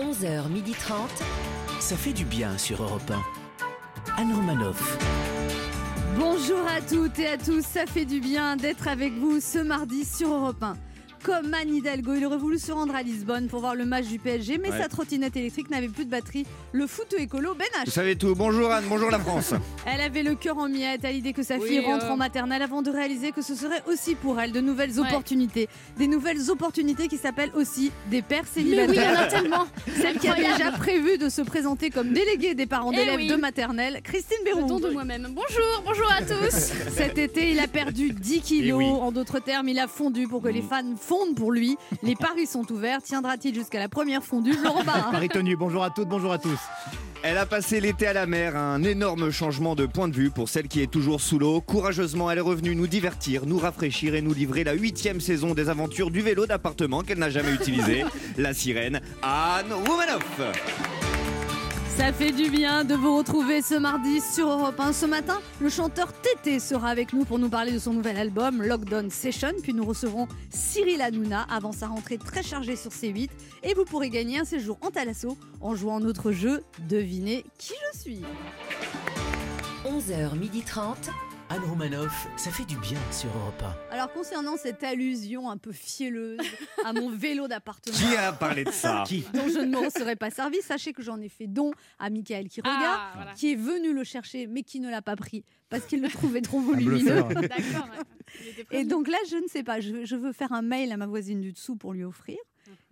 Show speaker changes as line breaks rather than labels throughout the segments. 11h30,
Ça fait du bien sur Europe 1. Anne Romanoff.
Bonjour à toutes et à tous, ça fait du bien d'être avec vous ce mardi sur Europe 1. Comme Anne Hidalgo, il aurait voulu se rendre à Lisbonne pour voir le match du PSG, mais
Ouais.
sa trottinette électrique n'avait plus de batterie. Le foot écolo Ben
Vous
H.
savez tout. Bonjour Anne, bonjour la France.
Elle avait le cœur en miettes à l'idée que sa fille
euh.
rentre en maternelle avant de réaliser que ce serait aussi pour elle de nouvelles opportunités. Des nouvelles opportunités qui s'appellent aussi des pères célibataires.
tellement.
Celle qui a déjà prévu de se présenter comme déléguée des parents
Eh
d'élèves
oui.
de maternelle, Christine Béron.
de moi-même. Bonjour, bonjour à tous.
Cet été, il a perdu 10
Eh
kilos.
oui. Mm.
En d'autres termes, il a fondu pour que les fans fondent pour lui. Les paris sont ouverts. Tiendra-t-il jusqu'à la première fondue Laurent Barra.
Marie Tenu, bonjour à toutes, bonjour à tous.
Elle a passé l'été à la mer, un énorme changement de point de vue pour celle qui est toujours sous l'eau. Courageusement, elle est revenue nous divertir, nous rafraîchir et nous livrer la huitième saison des aventures du vélo d'appartement qu'elle n'a jamais utilisé, la sirène Anne Roumanoff.
Ça fait du bien de vous retrouver ce mardi sur Europe 1. Ce matin, le chanteur Tété sera avec nous pour nous parler de son nouvel album Lockdown Session. Puis nous recevrons Cyril Hanouna avant sa rentrée très chargée sur C8. Et vous pourrez gagner un séjour en Talasso en jouant à notre jeu Devinez qui je suis.
11h30,
Anne Romanoff, ça fait du bien sur Europe
Alors concernant cette allusion un peu fielleuse à mon vélo d'appartement
Qui a parlé de ça
dont je ne m'en serais pas servi, sachez que j'en ai fait don à Michael qui regarde,
Ah, voilà.
qui est venu le chercher mais qui ne l'a pas pris parce qu'il le trouvait trop volumineux.
Bluffeur.
D'accord. ouais. Il était
Et
prévenu.
donc là, je ne sais pas, je, je veux faire un mail à ma voisine du dessous pour lui offrir.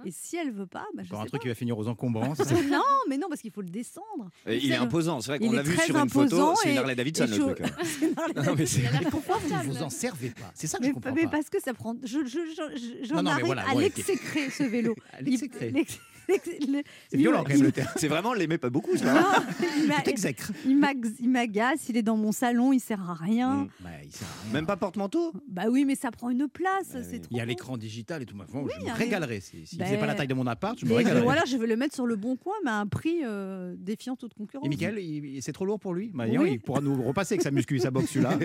Mhm.
Et si elle veut pas, bah, je
Pour hein. un
sais
truc qui va finir aux encombrants. c'est
pas.
ça
Non, mais non, parce qu'il faut le descendre.
Et Il est imposant, c'est vrai qu'on
Il est
l'a vu
très
sur une photo,
imposant
c'est une
et-
Harley Davidson
et
le
chaud.
truc. hein.
Non,
mais
Il a l'air
Pourquoi vous ne
confortable.
vous en servez pas C'est ça que
Mais,
je comprends
mais
pas.
parce que ça prend. Je, je, je- je- j'en
Non, non, mais
arrive
voilà,
à
bon, ok.
l'exécrer ce vélo.
Elle est exécrée.
Il- l'ex- l'ex- le-
C'est violent quand même le terme.
C'est vraiment, on l'aimait pas beaucoup ça.
Non, il m'a-
Tout exècre.
il m'ag- il m'agace, il est dans mon salon, il sert à rien.
Mm.
Bah, il sert à rien.
Même pas porte-manteau
Bah oui, mais ça prend une place,
Ah oui.
c'est trop.
Il y a
con.
l'écran digital et tout. Enfin,
Oui, il
je
y
me
a-
régalerais. Si, si
Ben-
c'est pas la taille de mon appart, je me
Mais je-
régalerais.
voilà, je vais le mettre sur le bon coin, mais à un prix euh, défiant toute concurrence.
Et Michael, il- il- c'est trop lourd pour lui. Bah,
Oui.
non, Il pourra nous repasser avec sa muscu et sa boxe, celui-là.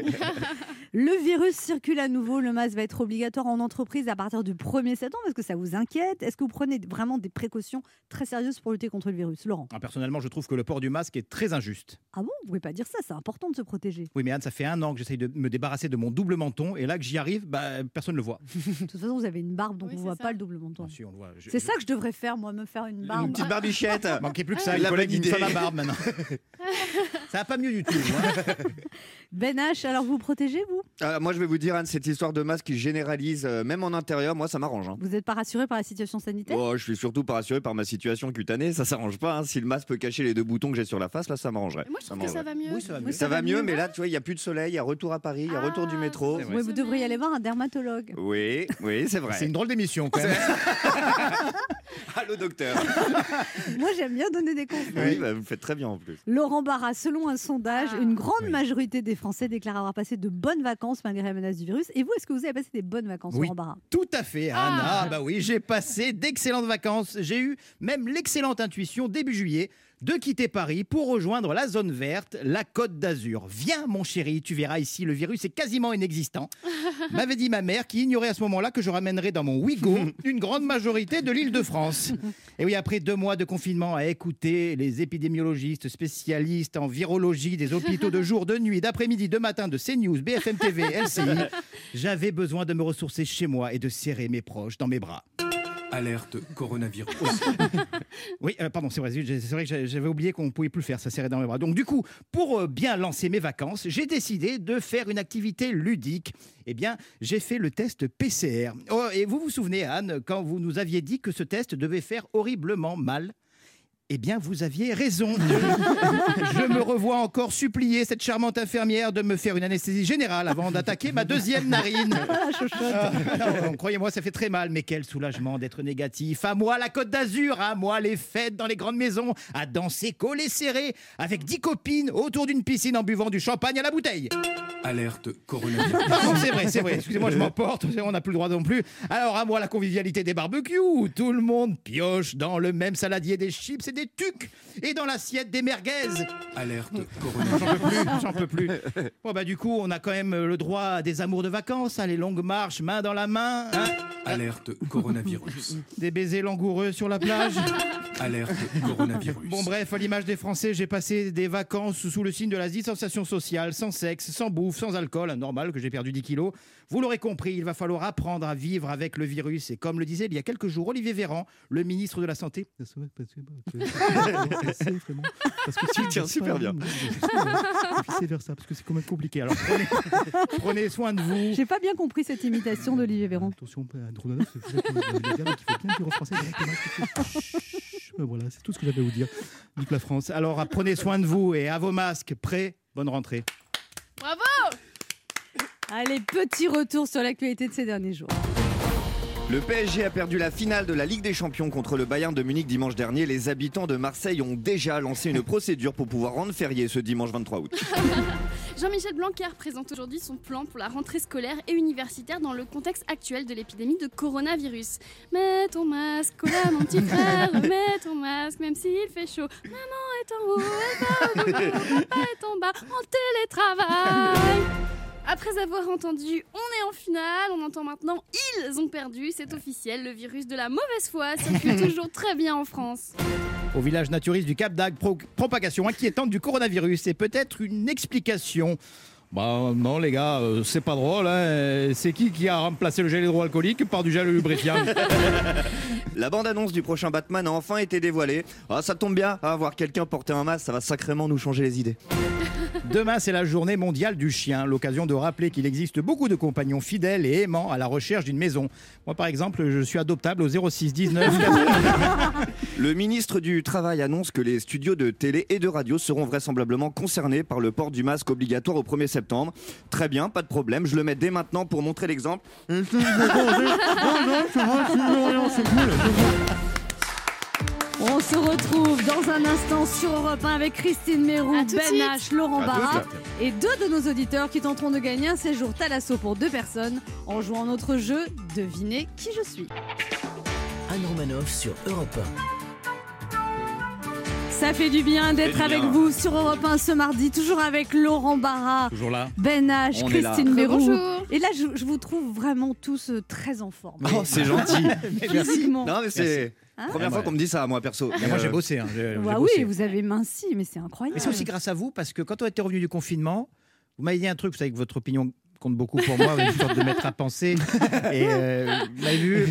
Le virus circule à nouveau, le masque va être obligatoire en entreprise à partir du 1er septembre. Est-ce que ça vous inquiète Est-ce que vous prenez vraiment des précautions très sérieuses pour lutter contre le virus Laurent
Ah, Personnellement, je trouve que le port du masque est très injuste.
Ah bon Vous pouvez pas dire ça, c'est important de se protéger.
Oui, mais Anne, ça fait un an que j'essaye de me débarrasser de mon double menton. Et là que j'y arrive, bah, personne ne le voit.
De toute façon, vous avez une barbe, donc
Oui,
on
c'est
voit
ça.
pas le double menton.
Bien sûr, on le voit. Je-
C'est ça que je devrais faire, moi, me faire une barbe. Ah,
Une petite barbichette
Il manquait plus que ça. Il
La
fallait
bonne
une
idée.
femme à barbe maintenant. ça va pas mieux du tout. hein.
Ben H, alors vous protégez, vous
Alors, Euh, moi, je vais vous dire, Anne, cette histoire de masque qui généralise, euh, même en intérieur, moi, ça m'arrange. hein.
Vous n'êtes pas rassuré par la situation sanitaire
Oh, je suis surtout pas rassuré par ma situation cutanée, ça s'arrange pas. hein. Si le masque peut cacher les deux boutons que j'ai sur la face, là, ça m'arrangerait.
Moi, je trouve que
m'arrangerait.
ça va mieux.
Oui, ça va mieux.
Ça va mieux, mais là, tu vois, il y a plus de soleil, il y a retour à Paris, il y a
Ah,
retour du métro.
c'est
vrai.
Oui, vous devriez aller voir un dermatologue.
Oui, oui, c'est
C'est
vrai.
une drôle d'émission quand même.
Allô, docteur.
Moi, j'aime bien donner des conseils.
Oui, bah, vous le faites très bien en plus.
Laurent Barra, selon un sondage,
Ah.
une grande
Oui.
majorité des Français déclarent avoir passé de bonnes vacances malgré la menace du virus. Et vous, est-ce que vous avez passé des bonnes vacances,
Oui.
Laurent Barra
Tout à fait, Anne.
Ah.
Ah, bah oui, j'ai passé d'excellentes vacances. J'ai eu même l'excellente intuition début juillet de quitter Paris pour rejoindre la zone verte, la Côte d'Azur. Viens, mon chéri, tu verras ici, le virus est quasiment inexistant. M'avait dit ma mère qui ignorait à ce moment-là que je ramènerais dans mon Ouigo une grande majorité de l'île de France. Et oui, après deux mois de confinement à écouter les épidémiologistes, spécialistes en virologie des hôpitaux de jour, de nuit, d'après-midi, de matin, de CNews, BFM TV, LCI, j'avais besoin de me ressourcer chez moi et de serrer mes proches dans mes bras.
Alerte coronavirus.
Oui, euh, pardon, c'est vrai, zut, j'ai- c'est vrai que j'ai- j'avais oublié qu'on pouvait plus le faire, ça serrait dans mes bras. Donc du coup, pour euh, bien lancer mes vacances, j'ai décidé de faire une activité ludique. Eh bien, j'ai fait le test PCR. Oh, et vous vous souvenez, Anne, quand vous nous aviez dit que ce test devait faire horriblement mal eh bien, vous aviez raison. Je me revois encore supplier cette charmante infirmière de me faire une anesthésie générale avant d'attaquer ma deuxième narine. Ah, non, non, Croyez-moi, ça fait très mal, mais quel soulagement d'être négatif. À moi, la Côte d'Azur, à moi, les fêtes dans les grandes maisons, à danser collés serrés, avec dix copines autour d'une piscine en buvant du champagne à la bouteille.
Alerte coronavirus.
Pardon, Ah c'est vrai, c'est vrai. Excusez-moi, je m'emporte. On n'a plus le droit non plus. Alors, à moi, la convivialité des barbecues. où Tout le monde pioche dans le même saladier des chips et des des tucs et dans l'assiette des merguez.
Alerte coronavirus.
J'en peux plus, j'en peux plus. Bon bah du coup, on a quand même euh, le droit à des amours de vacances, à les longues marches, main dans la main, hein,
Alerte coronavirus.
des baisers langoureux sur la plage.
Alerte coronavirus.
Bon bref, à l'image des Français, j'ai passé des vacances sous le signe de la distanciation sociale, sans sexe, sans bouffe, sans alcool, normal que j'ai perdu 10 kilos. Vous l'aurez compris, il va falloir apprendre à vivre avec le virus. Et comme le disait il y a quelques jours Olivier Véran, le ministre de la Santé... Parce que
Tu le tiens super bien.
C'est vers ça, parce que c'est quand même compliqué. Alors prenez, prenez soin de vous.
J'ai pas bien compris cette imitation d'Olivier Véran.
Attention, Andrew Nanoff, c'est vrai que vous avez des verbes qu'il faut bien dire en français. directement. Chut, ben Voilà, c'est tout ce que j'avais à vous dire. Vive la France. Alors, prenez soin de vous et à vos masques. Prêts Bonne rentrée.
Bravo
Allez, petit retour sur l'actualité de ces derniers jours.
Le PSG a perdu la finale de la Ligue des Champions contre le Bayern de Munich dimanche dernier. Les habitants de Marseille ont déjà lancé une procédure pour pouvoir rendre férié ce dimanche 23 août.
Jean-Michel Blanquer présente aujourd'hui son plan pour la rentrée scolaire et universitaire dans le contexte actuel de l'épidémie de coronavirus. Mets ton masque, Cola, mon petit frère, mets ton masque, même s'il fait chaud. Maman est en haut, elle va au boulot, papa est en bas, en télétravail. Après avoir entendu On est en finale, on entend maintenant Ils ont perdu, c'est officiel, le virus de la mauvaise foi circule toujours très bien en France.
Au village naturiste du Cap d'Agde, pro- propagation inquiétante du coronavirus et peut-être une explication. Bah non les gars, euh, c'est pas drôle. hein. C'est qui qui a remplacé le gel hydroalcoolique par du gel lubrifiant
La bande-annonce du prochain Batman a enfin été dévoilée. Ah, ça tombe bien, à voir quelqu'un porter un masque, ça va sacrément nous changer les idées.
Demain, c'est la journée mondiale du chien, l'occasion de rappeler qu'il existe beaucoup de compagnons fidèles et aimants à la recherche d'une maison. Moi, par exemple, je suis adoptable au 06 19
Le ministre du Travail annonce que les studios de télé et de radio seront vraisemblablement concernés par le port du masque obligatoire au 1er septembre. Très bien, pas de problème, je le mets dès maintenant pour montrer l'exemple. Oh,
On se retrouve dans un instant sur Europe 1 avec Christine Mérou,
À
Ben
tout de suite.
H, Laurent
À
Barra
toutes.
et deux de nos auditeurs qui tenteront de gagner un séjour Thalasso pour deux personnes en jouant à notre jeu Devinez qui je suis.
Anne Romanoff sur Europe
Ça fait du bien d'être
fait du
avec
bien.
vous sur Europe 1 ce mardi, toujours avec Laurent Barra,
Toujours là.
Ben H,
On est là.
Christine Mérou.
Bonjour
Et là, je, je vous trouve vraiment tous euh, très en forme.
Oh, c'est gentil.
Physiquement.
Non, mais c'est
Hein
première fois qu'on me dit ça, moi perso.
Ah Moi, j'ai
Euh,
bossé. hein, j'ai- j'ai
Bah
bossé.
oui, vous avez minci, mais c'est incroyable.
Mais c'est aussi grâce à vous, parce que quand on était revenu du confinement, vous m'avez dit un truc, vous savez que votre opinion compte beaucoup pour moi, une sorte de mettre à penser. Et euh, vous m'avez vu.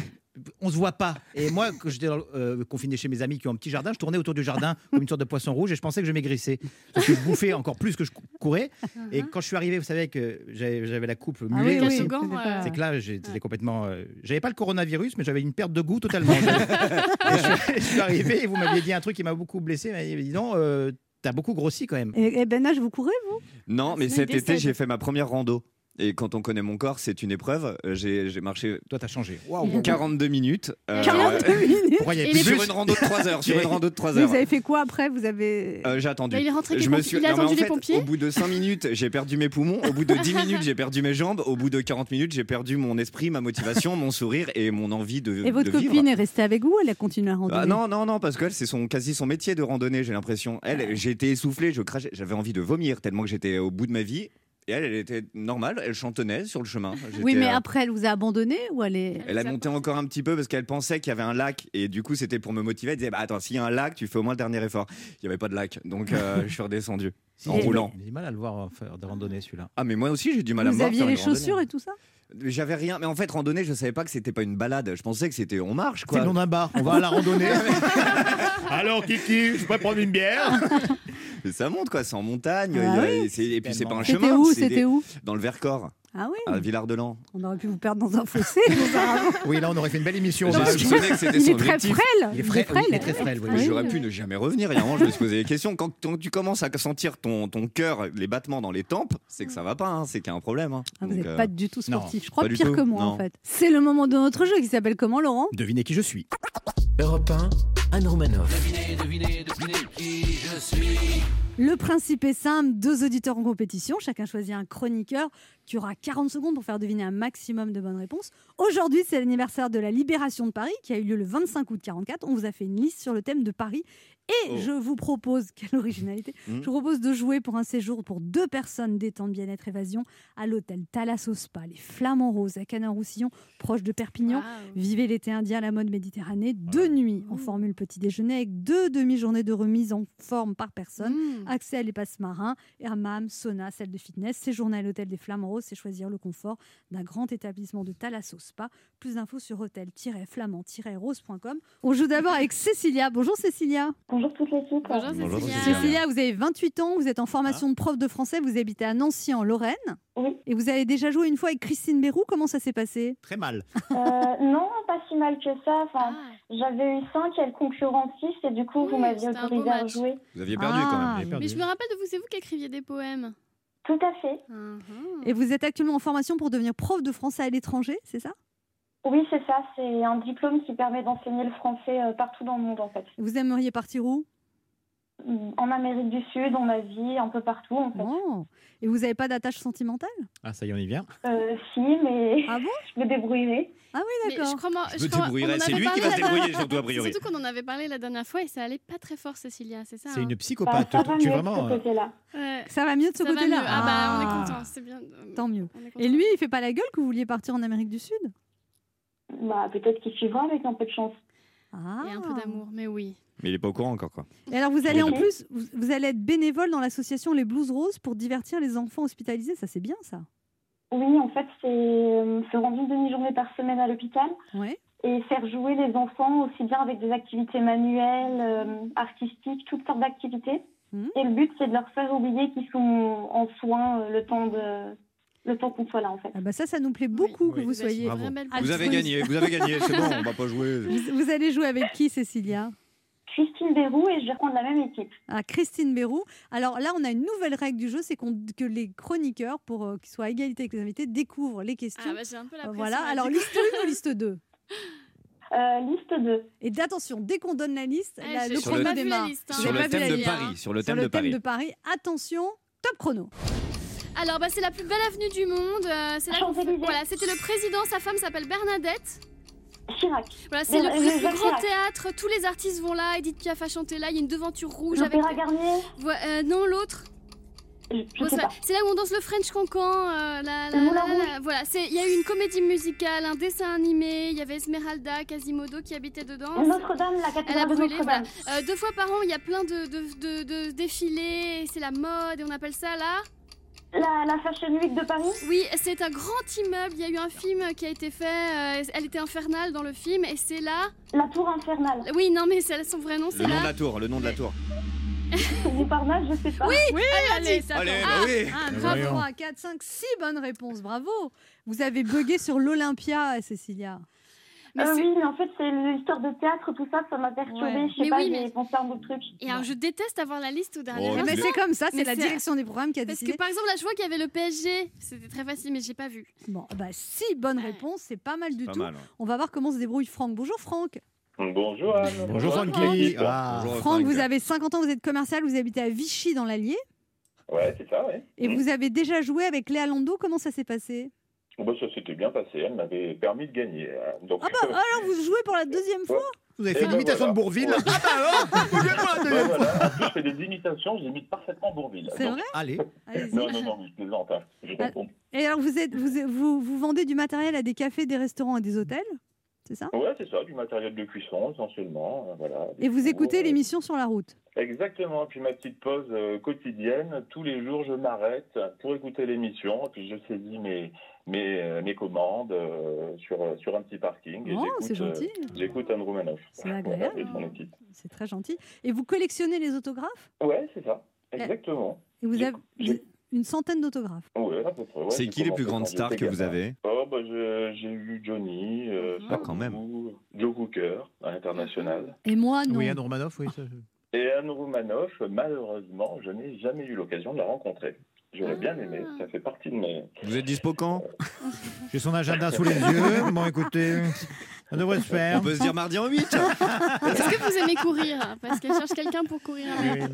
On se voit pas. Et moi, quand j'étais euh, confiné chez mes amis qui ont un petit jardin, je tournais autour du jardin comme une sorte de poisson rouge et je pensais que je maigrissais. Parce que je bouffais encore plus que je cou- courais. Et quand je suis arrivé, vous savez que j'avais j'avais la coupe
Uh-huh. Ah
mulet.
oui,
comme
oui.
ça.
Sogan,
c'est
euh,
pas-
C'est que là, j'étais complètement. euh, j'avais pas le coronavirus, mais j'avais une perte de goût totalement. Et je, je suis arrivé et vous m'aviez dit un truc qui m'a beaucoup blessé. Mais dis donc, euh, t'as beaucoup grossi quand même.
Et, et Ben H, vous courez, vous
Non, mais
Semaine
cet
des
été,
sept.
j'ai fait ma première rando. Et quand on connaît mon corps, c'est une épreuve. Euh, J'ai j'ai marché
Toi, t'as changé.
42 minutes. euh,
42 minutes
Pourquoi il y avait
Et les
plus
Sur une rando de 3 heures. Sur une rando de 3
Vous
heures.
avez fait quoi après Vous avez.
Euh, j'ai attendu.
Bah, il est rentré avec
Je
les
me
pompiers. Il a
Non, mais
attendu
en
les
fait,
pompiers
Au bout de 5 minutes, j'ai perdu mes poumons. Au bout de 10 minutes, j'ai perdu mes jambes. Au bout de 40 minutes, j'ai perdu mon esprit, ma motivation, mon sourire et mon envie de,
Et votre
de vivre.
copine est restée avec vous Elle a continué à randonner
Ah, non, non, non, parce qu'elle, c'est son, quasi son métier de randonnée, j'ai l'impression.
Ah.
Elle, j'ai été essoufflé, je crachais, j'avais envie de vomir tellement que j'étais au bout de ma vie. Et elle, elle était normale, elle chantonnait sur le chemin.
Oui,
J'étais,
mais
euh,
après, elle vous a abandonné ou elle est.
Elle a monté encore un petit peu parce qu'elle pensait qu'il y avait un lac et du coup c'était pour me motiver. Elle disait bah, attends s'il y a un lac tu fais au moins le dernier effort. Il n'y avait pas de lac donc euh, je suis redescendu en
Et-
roulant.
J'ai du mal à le voir euh, faire des randonnées, celui-là.
Ah mais moi aussi j'ai du mal à me
Vous
voir
aviez
faire
les
une randonnée.
chaussures et tout ça
J'avais rien mais en fait randonnée je savais pas que c'était pas une balade. Je pensais que c'était on marche
C'est
quoi.
le nom d'un bar. On va à la randonnée.
Alors Kiki, je peux prendre une bière
Mais Ça monte quoi c'est en montagne
Ah
il y a-
oui.
et, c'est- et puis c'est pas un
C'était
chemin.
où
c'est des-
C'était où
Dans le Vercors
Ah oui,
à Villard-de-Lans.
on aurait pu vous perdre dans un fossé. auparavant.
oui, là, on aurait fait une belle émission.
Je me
Bah, je-
souvenais que c'était
il est
son
très
objectif.
frêle.
Il est frais- oui, il est très frêle. oui,
Mais
oui.
J'aurais pu ne jamais revenir. Et à un moment, je me suis posé des questions. Quand ton- tu commences à sentir ton, ton cœur, les battements dans les tempes, c'est que ça va pas, hein, c'est qu'il y a un problème. hein.
Ah, vous
Donc,
n'êtes
euh,
pas du tout
non,
sportif. je crois
pas du
pire
tout,
que moi, en
non.
fait. C'est le moment de notre jeu qui s'appelle comment, Laurent
Devinez qui je suis.
Europe 1, Anne Romanoff.
Le principe est simple, deux auditeurs en compétition, chacun choisit un chroniqueur qui aura 40 secondes pour faire deviner un maximum de bonnes réponses. Aujourd'hui, c'est l'anniversaire de la libération de Paris qui a eu lieu le 25 août 44. On vous a fait une liste sur le thème de Paris et je vous propose, quelle originalité, je vous propose de jouer pour un séjour pour deux personnes détente, bien-être, évasion à l'hôtel Thalas au Spa, les Flamands Roses à Canet-en-Roussillon, proche de Perpignan. Vivez l'été indien à la mode méditerranée, deux nuits en formule petit déjeuner avec deux demi-journées de remise en forme par personne, accès à l'espace marin, hammam, sauna, salle de fitness, séjourner à l'hôtel des Flamands Roses, c'est choisir le confort d'un grand établissement de Thalasso Spa. Plus d'infos sur hôtel-flamand-rose.com. On joue d'abord avec Cécilia. Bonjour Cécilia.
Bonjour toute l'équipe.
Bonjour,
Bonjour,
Cécilia.
Cécilia.
Cécilia, vous avez 28 ans, vous êtes en formation de prof de français, vous habitez à Nancy en Lorraine
Oui.
et vous avez déjà joué une fois avec Christine Béroux. Comment ça s'est passé
Très mal.
Euh, non, pas si mal que ça. Enfin,
Ah,
J'avais eu 5 et le concurrent 6 et du coup, vous
Oui,
m'aviez
c'était un beau
autorisé à
match.
jouer.
Vous aviez perdu
Ah.
quand même.
J'ai perdu.
Mais je me rappelle de vous, c'est vous qui écriviez des poèmes.
Tout à fait.
Ah,
Et vous êtes actuellement en formation pour devenir prof de français à l'étranger, c'est ça
Oui, c'est ça. C'est un diplôme qui permet d'enseigner le français euh, partout dans le monde, en fait. Hum,
Vous aimeriez partir où
En Amérique du Sud, en Asie, un peu partout, en fait.
Oh. Et vous n'avez pas d'attache sentimentale
Ah, ça y est, on y vient.
Euh, si, mais
Ah bon
je me débrouillerai.
Ah oui,
Mais je
d'accord.
crois, moi-
Je me
crois- on en
débrouillerai. C'est
avait
lui qui
parlé
va
la
se débrouiller,
dernière-
surtout a priori.
Surtout qu'on en avait parlé la dernière fois et ça allait pas très fort, Cécilia, c'est ça
C'est
hein
une
Enfin,
psychopathe.
Ah. ça va
Tu-
mieux
Tu es
de
vraiment.
ce
euh,
côté-là.
Ouais,
Ça va mieux de
ça
ce
va
côté-là.
mieux. Ah bah, on est
Ah.
content, c'est bien.
Tant mieux.
On est content.
Et lui, il fait pas la gueule que vous vouliez partir en Amérique du Sud
Bah, Peut-être qu'il suivra avec un peu de chance.
Ah.
Et un peu d'amour, mais oui.
Mais il est pas au courant encore quoi.
Et alors vous allez en
Oui.
plus, vous, vous allez être bénévole dans l'association Les Blues Roses pour divertir les enfants hospitalisés. Ça c'est bien ça.
Oui, en fait, c'est euh, se rendre une demi-journée par semaine à l'hôpital
Ouais.
et faire jouer les enfants aussi bien avec des activités manuelles, euh, artistiques, toutes sortes d'activités.
Mhm.
Et le but, c'est de leur faire oublier qu'ils sont en soins euh, le temps de le temps qu'on soit là, en fait.
Ah bah ça, ça nous plaît beaucoup que
Oui,
vous
êtes une
soyez. Ah,
vraie
Bravo.
belle
Vous avez
Altruiste.
gagné, vous avez gagné, c'est bon, on va pas jouer.
Vous, vous allez jouer avec qui, Cécilia
Christine Béroux et je vais reprendre la même équipe.
Ah, Christine Béroux. Alors là, on a une nouvelle règle du jeu, c'est qu'on- que les chroniqueurs, pour euh, qu'ils soient à égalité avec les invités, découvrent les questions.
Ah bah, j'ai un peu la
Euh,
pression.
voilà.
là, du
Alors
coup.
liste 1 ou liste 2
Euh, liste 2.
Et d'attention, dès qu'on donne la liste,
Ah,
la-
j'ai-
le
j'ai
Sur le-
chrono
pas vu la
démarre.
liste, hein.
J'ai
Sur le
pas vu la
thème de
liste.
Paris, sur le
Sur
thème de
le thème
Paris.
de Paris, attention, top chrono.
Alors, bah, c'est la plus belle avenue du monde. euh, c'est là qu'on fait-
Champs-Élysées.
Voilà, c'était le président, sa femme s'appelle Bernadette.
Chirac.
Voilà, c'est le,
euh,
Ber-
le
Jacques
plus grand
Chirac.
théâtre. Tous les artistes vont là. Edith Piaf a chanté là. Il y a une devanture rouge avec.
L'Opéra Garnier.
Voi- euh, non, l'autre.
Je, je
Bon,
sais
ça-
pas.
C'est là où on danse le French Cancan. euh, la- la-
Le Moulin
la- la-
Rouge.
la- Voilà, c'est- il y a eu une comédie musicale, un dessin animé. Il y avait Esmeralda, Quasimodo qui habitait dedans.
Notre-Dame, la
Elle a
cathédrale de
brûlé, voilà.
Notre-Dame.
Euh, deux fois par an, il y a plein de, de- de- de défilés, c'est la mode et on appelle ça l'art.
La, la Fashion Week de Paris.
Oui, c'est un grand immeuble, il y a eu un film qui a été fait, euh, elle était infernale dans le film et c'est là...
La Tour Infernale.
Oui, non mais c'est son vrai nom,
Le
c'est
nom de
là...
la tour, le nom de la tour.
Vous parlez, je sais pas. Oui.
Allez, ça
Allez,
part.
bah oui.
Ah,
Mais
bravo,
voyons.
3, 4, 5, 6 bonnes réponses, bravo. Vous avez bugué sur l'Olympia, Cécilia.
Mais c'est-
Euh, oui, mais en fait, c'est l'histoire de théâtre, tout ça, ça m'a perturbée.
Ouais.
Je sais
Mais
pas,
oui,
j'ai
mais-
pensé à un autre truc.
Et alors je déteste avoir la liste au dernier
Oh,
moment.
mais
Mais Eh ben, c'est comme ça, c'est
Mais
la
c'est-
direction des programmes qui a
Parce que
décidé.
par exemple là je vois qu'il y avait le PSG, c'était très facile mais j'ai pas vu.
Bon, bah, 6 bonnes réponses, c'est pas mal du
Pas
tout.
mal. ouais. Oh,
On va voir comment se débrouille Franck. Bonjour Franck.
Bonjour Anne.
Bonjour Francky.
Francky.
Ah.
Bonjour,
Franck, vous avez 50 ans, vous êtes commercial, vous habitez à Vichy dans l'Allier
Ouais, c'est ça, ouais.
Mmh.
et vous avez déjà joué avec Léa Lando. Comment ça s'est passé
Bon, ça s'était bien passé, elle m'avait permis de gagner. hein.
Oh,
Donc,
Ah bah alors vous jouez pour la deuxième fois
Vous avez fait
Eh
une
ben
imitation
voilà.
de Bourville.
Ouais.
Ah bah oh, vous jouez pas la
ouais,
deuxième.
voilà. En plus, je fais des imitations, j'imite parfaitement Bourville.
C'est
Donc,
vrai
Allez.
Allez-y.
Non, non, non, je plaisante. hein. Je
Ah.
comprends.
Et alors vous, êtes, vous, vous, vous vendez du matériel à des cafés, des restaurants et des hôtels, c'est ça
Ouais, c'est ça, du matériel de cuisson essentiellement. euh, Voilà.
Et vous écoutez
Ouais.
l'émission sur la route.
Exactement, puis ma petite pause euh, quotidienne. Tous les jours, je m'arrête pour écouter l'émission, et puis je saisis mes, mes, euh, mes commandes euh, sur, euh, sur un petit parking. et
Oh,
j'écoute,
c'est
euh,
gentil.
J'écoute Anne Roumanoff.
C'est agréable.
Voilà, et son équipe.
C'est très gentil. Et vous collectionnez les autographes
Ouais, c'est ça,
Eh.
exactement.
Et vous
J'ai-
avez
j'ai-
une centaine d'autographes.
Ouais, à peu près, ouais,
C'est
j'ai
qui les
commencé
plus grandes
quand
stars
j'étais
que vous
gamin.
avez
Oh, bah, je- j'ai eu Johnny, euh,
Ah,
quand même.
Sardou, Joe Cooker à l'international.
Et moi, non.
Oui, Anne Romanoff, oui. ça-
Et Anne Roumanoff, malheureusement, je n'ai jamais eu l'occasion de la rencontrer. J'aurais bien aimé,
Ah.
ça fait partie de mes...
Vous êtes dispo quand
J'ai son agenda sous les yeux. Bon, écoutez, ça devrait se faire.
On peut se dire mardi en 8
Est-ce que vous aimez courir hein, Parce qu'elle cherche quelqu'un pour courir. avec.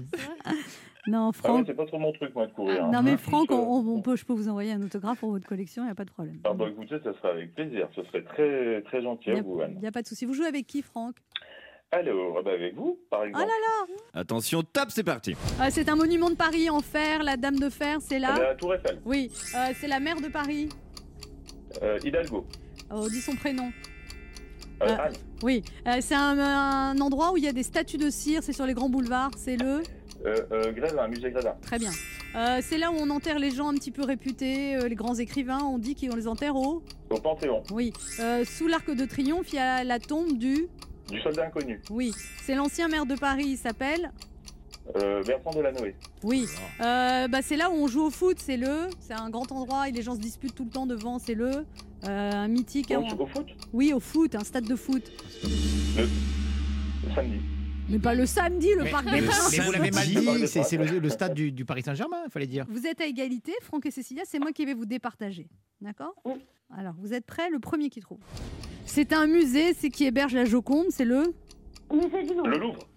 Non,
Ah ouais,
Franck.
c'est pas trop mon truc, moi, de courir. hein.
Non, mais Franck,
Plus, euh,
on, on peut, je peux vous envoyer un autographe pour votre collection, il n'y a pas de problème.
Ah bah écoutez, ça serait avec plaisir. Ce serait très, très gentil à vous,
Il
Anne.
n'y a pas de souci. Vous jouez avec qui, Franck
Alors, ah bah avec vous, par exemple.
Attention, top, c'est parti.
Euh, C'est un monument de Paris en fer, la Dame de Fer, c'est là.
La Tour Eiffel.
Oui, euh, c'est la mère de Paris.
Euh, Hidalgo.
Oh, dis son prénom.
Euh,
Euh,
Anne.
Oui, euh, c'est un, un endroit où il y a des statues de cire, c'est sur les grands boulevards, c'est le...
Euh, euh, Grévin, musée Grévin.
Très bien. Euh, c'est là où on enterre les gens un petit peu réputés, euh, les grands écrivains, on dit qu'on les enterre au...
Au Panthéon.
Oui. Euh, sous l'arc de triomphe, il y a la tombe du...
Du soldat inconnu.
Oui. C'est l'ancien maire de Paris, il s'appelle...
Euh, Bertrand Delanoë.
Oui. Euh, bah, c'est là où on joue au foot, c'est le... C'est un grand endroit et les gens se disputent tout le temps devant, c'est le... euh, un mythique...
Au,
hein.
au foot Euh,
Oui, au foot, un stade de foot.
Le samedi.
Mais pas le samedi, le
Mais-
parc
mais
des Princes.
vous l'avez mal
samedi.
dit, c'est c'est le, le stade du, du Paris Saint-Germain, il fallait dire.
Vous êtes à égalité, Franck et Cécilia, c'est moi qui vais vous départager. D'accord
Oui.
Alors, vous êtes prêts Le premier qui trouve. C'est un musée, c'est qui héberge la Joconde, c'est le...
Musée du Louvre.
Le Louvre.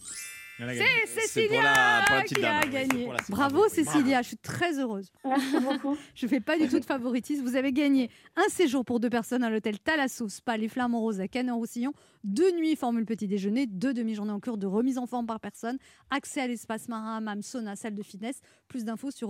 C'est
C'est pour
Cécilia
la, pour la petite
qui a
dame.
gagné.
pour la- c'est
Bravo
bravo, oui,
Cécilia, je suis très heureuse.
Merci beaucoup.
Je ne fais pas du tout de favoritisme. Vous avez gagné un séjour pour deux personnes à l'hôtel Thalasso Spa Les Flamants Roses à Canet-en-Roussillon, deux nuits formule petit déjeuner, deux demi-journées en cours de remise en forme par personne, accès à l'espace marin, hammam, sauna, salle de fitness. Plus d'infos sur